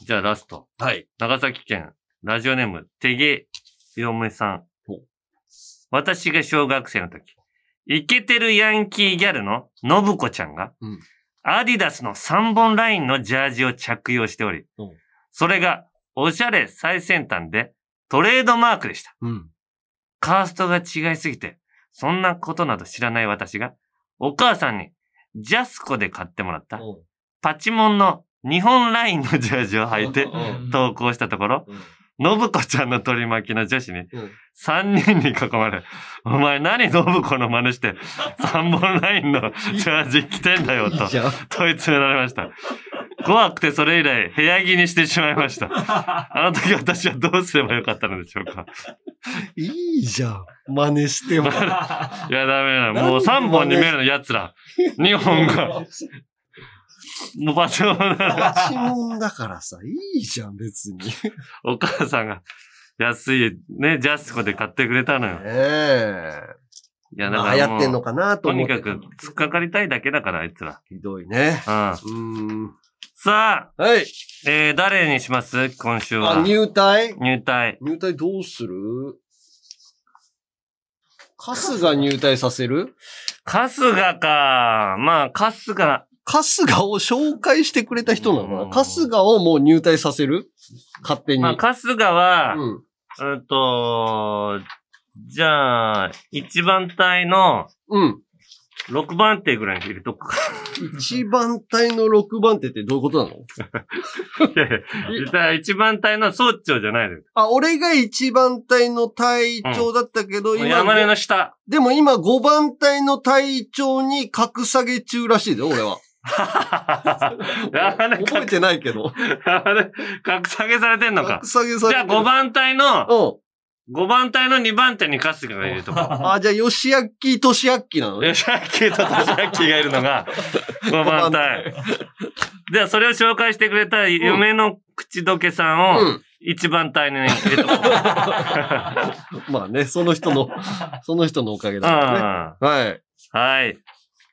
Speaker 1: じゃあラスト。
Speaker 2: はい。
Speaker 1: 長崎県、ラジオネーム、てげよめさん。私が小学生の時、イケてるヤンキーギャルののぶこちゃんが、
Speaker 2: うん
Speaker 1: アディダスの3本ラインのジャージを着用しており、それがおしゃれ最先端でトレードマークでした。
Speaker 2: うん。
Speaker 1: カーストが違いすぎて、そんなことなど知らない私が、お母さんにジャスコで買ってもらった、パチモンの日本ラインのジャージを履いて投稿したところ、信子ちゃんの取り巻きの女子に、3人に囲まれ、お前何信子の真似して、3本ラインのジャージ着てんだよと、問い詰められました。怖くてそれ以来部屋着にしてしまいました。あの時私はどうすればよかったのでしょうか。
Speaker 2: いいじゃん。真似しても。
Speaker 1: いや、ダメだ。もう3本に見えるの、奴ら。2本が。もうパチモンだ
Speaker 2: パチモンだからさ、いいじゃん、別に。
Speaker 1: お母さんが安い、ね、ジャスコで買ってくれたのよ。
Speaker 2: ええ
Speaker 1: いや、だ
Speaker 2: ま
Speaker 1: か
Speaker 2: あ
Speaker 1: ら
Speaker 2: 流
Speaker 1: もう。
Speaker 2: 行ってんのかなと
Speaker 1: と
Speaker 2: 思
Speaker 1: に
Speaker 2: っ
Speaker 1: か
Speaker 2: て
Speaker 1: く、突っかかりたいだけだから、あいつら。
Speaker 2: ひどいね。
Speaker 1: うん。さ
Speaker 2: あ。はい。
Speaker 1: えー、誰にします今週は。
Speaker 2: あ、入隊
Speaker 1: 入隊。
Speaker 2: 入隊どうする春日入隊させる
Speaker 1: 春日か。まあ、春日。
Speaker 2: 春日を紹介してくれた人なのかな春日をもう入隊させる勝手に。、
Speaker 1: まあ、春日は、うんと、じゃあ、一番隊の、
Speaker 2: うん。
Speaker 1: 6番手ぐらいに入れとく か。
Speaker 2: 一番隊の6番手ってどういうことなの
Speaker 1: いやいやだから一番隊の総長じゃないのよ。
Speaker 2: あ、俺が一番隊の隊長だったけ
Speaker 1: も
Speaker 2: ど、
Speaker 1: う山根の 下。
Speaker 2: でも今5番隊の隊長に格下げ中らしいで、俺は。覚えてないけど。
Speaker 1: あれ、格下げされてんのか。
Speaker 2: 格下げされてる
Speaker 1: じゃあ5番隊の、5番隊の2番手に春日がいるとこ。
Speaker 2: あ、じゃあ、吉明、俊明なのね。
Speaker 1: 吉明と俊明がいるの が5番隊。じゃあそれを紹介してくれた夢の口どけさんを、1番隊に入れとこう。
Speaker 2: まあね、その人の、その人のおかげだからね。はい。
Speaker 1: はい。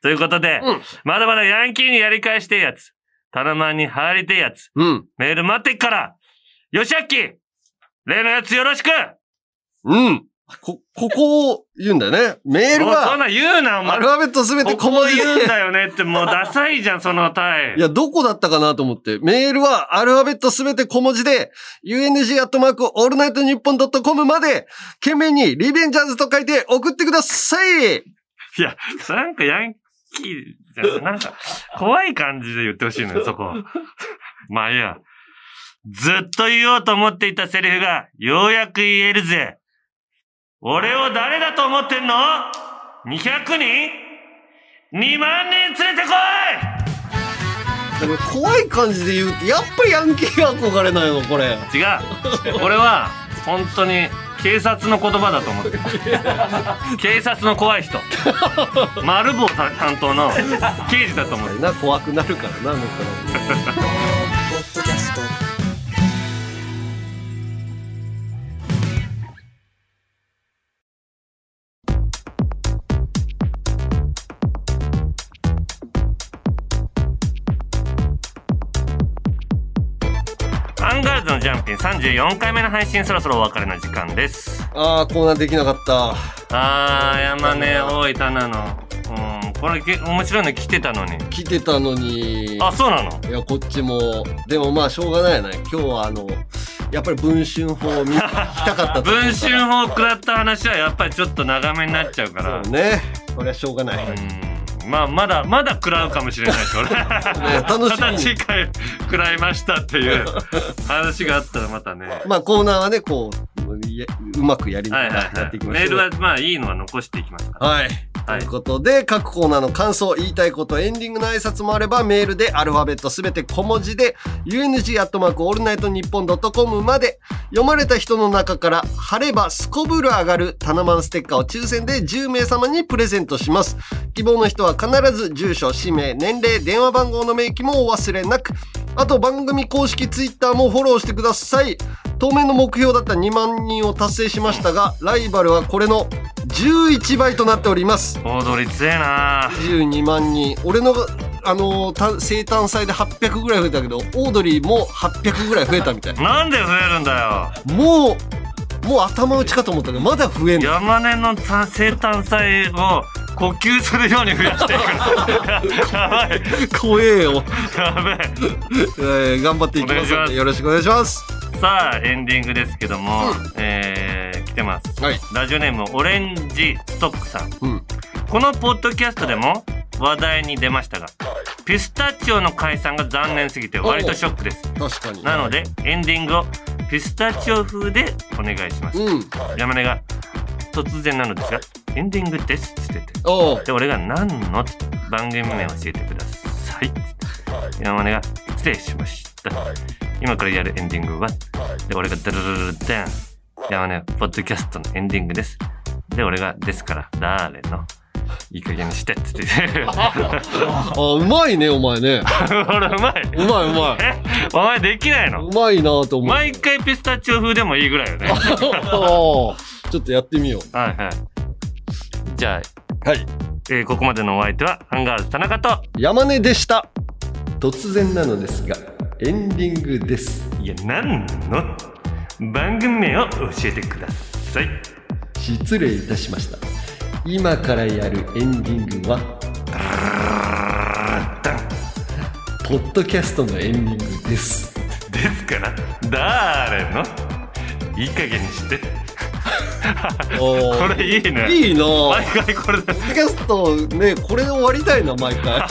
Speaker 1: ということで、まだまだヤンキーにやり返してえやつ、タナマンに入りてえやつ、メール待ってっから、よしあっき、例のやつよろしく
Speaker 2: うん。こ、ここを言うんだよね。メール
Speaker 1: もうそ
Speaker 2: は
Speaker 1: ん、な言うな、お前。
Speaker 2: アルファベット全て小文字で
Speaker 1: ここ言うんだよねって、もうダサいじゃん、その体。
Speaker 2: いや、どこだったかなと思って、メールはアルファベットすべて小文字で、UNG アットマークオールナイトニッポンドットコムまで、懸命にリベンジャーズと書いて送ってください
Speaker 1: いや、なんかヤンキーじゃん。なんか、怖い感じで言ってほしいのよ、そこ。まあいいや。ずっと言おうと思っていたセリフが、ようやく言えるぜ。俺を誰だと思ってんの ?200 人 ?2 万人連れてこ
Speaker 2: でも怖い感じで言うって、やっぱりヤンキーが憧れないの、これ。
Speaker 1: い違う。俺は、本当に、警察の言葉だと思ってる。警察の怖い人。丸棒担当の刑事だと思ってる。
Speaker 2: な、怖くなるからな、もうから。
Speaker 1: アンガールズのジャンピン34回目の配信そろそろお別れの時間です。
Speaker 2: あー、コーナーできなかった。
Speaker 1: あー、山根、大分なの。うん、これけ面白いの来てたのに。
Speaker 2: 来てたのに。
Speaker 1: あそうなの
Speaker 2: いや、こっちも。でもまあ、しょうがないよね。今日はあの、やっぱり文春法を見聞きたかったと思う
Speaker 1: 文春法を食らった話はやっぱりちょっと長めになっちゃうから。
Speaker 2: ね。これはしょうがない。
Speaker 1: まあ、まだ、まだ食らうかもしれないですよ ね。
Speaker 2: 楽しみに
Speaker 1: ただ次回食らいましたって いう話があったらまたね。
Speaker 2: まあ、コーナーはね、こう、やうまくやりな
Speaker 1: はい
Speaker 2: がら
Speaker 1: はい
Speaker 2: やっ
Speaker 1: は
Speaker 2: てい
Speaker 1: い。
Speaker 2: きま
Speaker 1: メー
Speaker 2: しょう。
Speaker 1: ルはまあいいのは残していきますから。
Speaker 2: はい。ということで、各コーナーの感想、言いたいこと、エンディングの挨拶もあれば、メールでアルファベットすべて小文字で、UNG アットマークオールナイトニッポンドットコムまで、読まれた人の中から、晴ればすこぶる上がるタナマンステッカーを抽選で10名様にプレゼントします。希望の人は必ず住所、氏名、年齢、電話番号の明記もお忘れなく、あと番組公式ツイッターもフォローしてください。当面の目標だった2万人を達成しましたが、ライバルはこれの11倍となっております。
Speaker 1: 踊り強えな
Speaker 2: 22万人。俺のが、あのーた生誕祭で800ぐらい増えたけど、オードリーも800ぐらい増えたみたい。
Speaker 1: なんで増えるんだよ。
Speaker 2: もう、もう頭打ちかと思ったけど、まだ増えんの。
Speaker 1: 山根のた生誕祭を呼吸するように増やしていくやばい
Speaker 2: 怖えよ。
Speaker 1: やべえ
Speaker 2: えー頑張っていきますので、よろしくお願いします。
Speaker 1: さあエンディングですけども、えー来てます、ラジオネームオレンジストックさん、このポッドキャストでも話題に出ましたがピスタチオの解散が残念すぎて割とショックです
Speaker 2: 確かに。
Speaker 1: なのでエンディングをピスタチオ風でお願いします、山根が突然なのですがエンディングですって言って
Speaker 2: お
Speaker 1: で俺が何のって番組名を教えてくださいって山根が失礼しました今からやるエンディングはで俺がダルルルルダン山根ポッドキャストのエンディングですで俺がですから誰のいい加減にしてって言って
Speaker 2: あ、うまいね、お前ね。
Speaker 1: 俺うまいう
Speaker 2: まいうまい。
Speaker 1: えお前できないの
Speaker 2: うまいなと思う。
Speaker 1: 毎回ピスタチオ風でもいいぐらいよね
Speaker 2: おーちょっとやってみよう。
Speaker 1: はいはい。じゃあ、はい。えーここまでのお相手は、ハンガールズ田中と、
Speaker 2: 山根でした。突然なのですが、エンディングです。
Speaker 1: いや、なんの番組名を教えてください。
Speaker 2: 失礼いたしました。今からやるエンディングは、ポッドキャストのエンディングです。
Speaker 1: ですから、誰のいい加減にして。これいいね。
Speaker 2: いいなぁ
Speaker 1: 毎回これだ。
Speaker 2: ポッドキャストね、これで終わりたいな、毎回。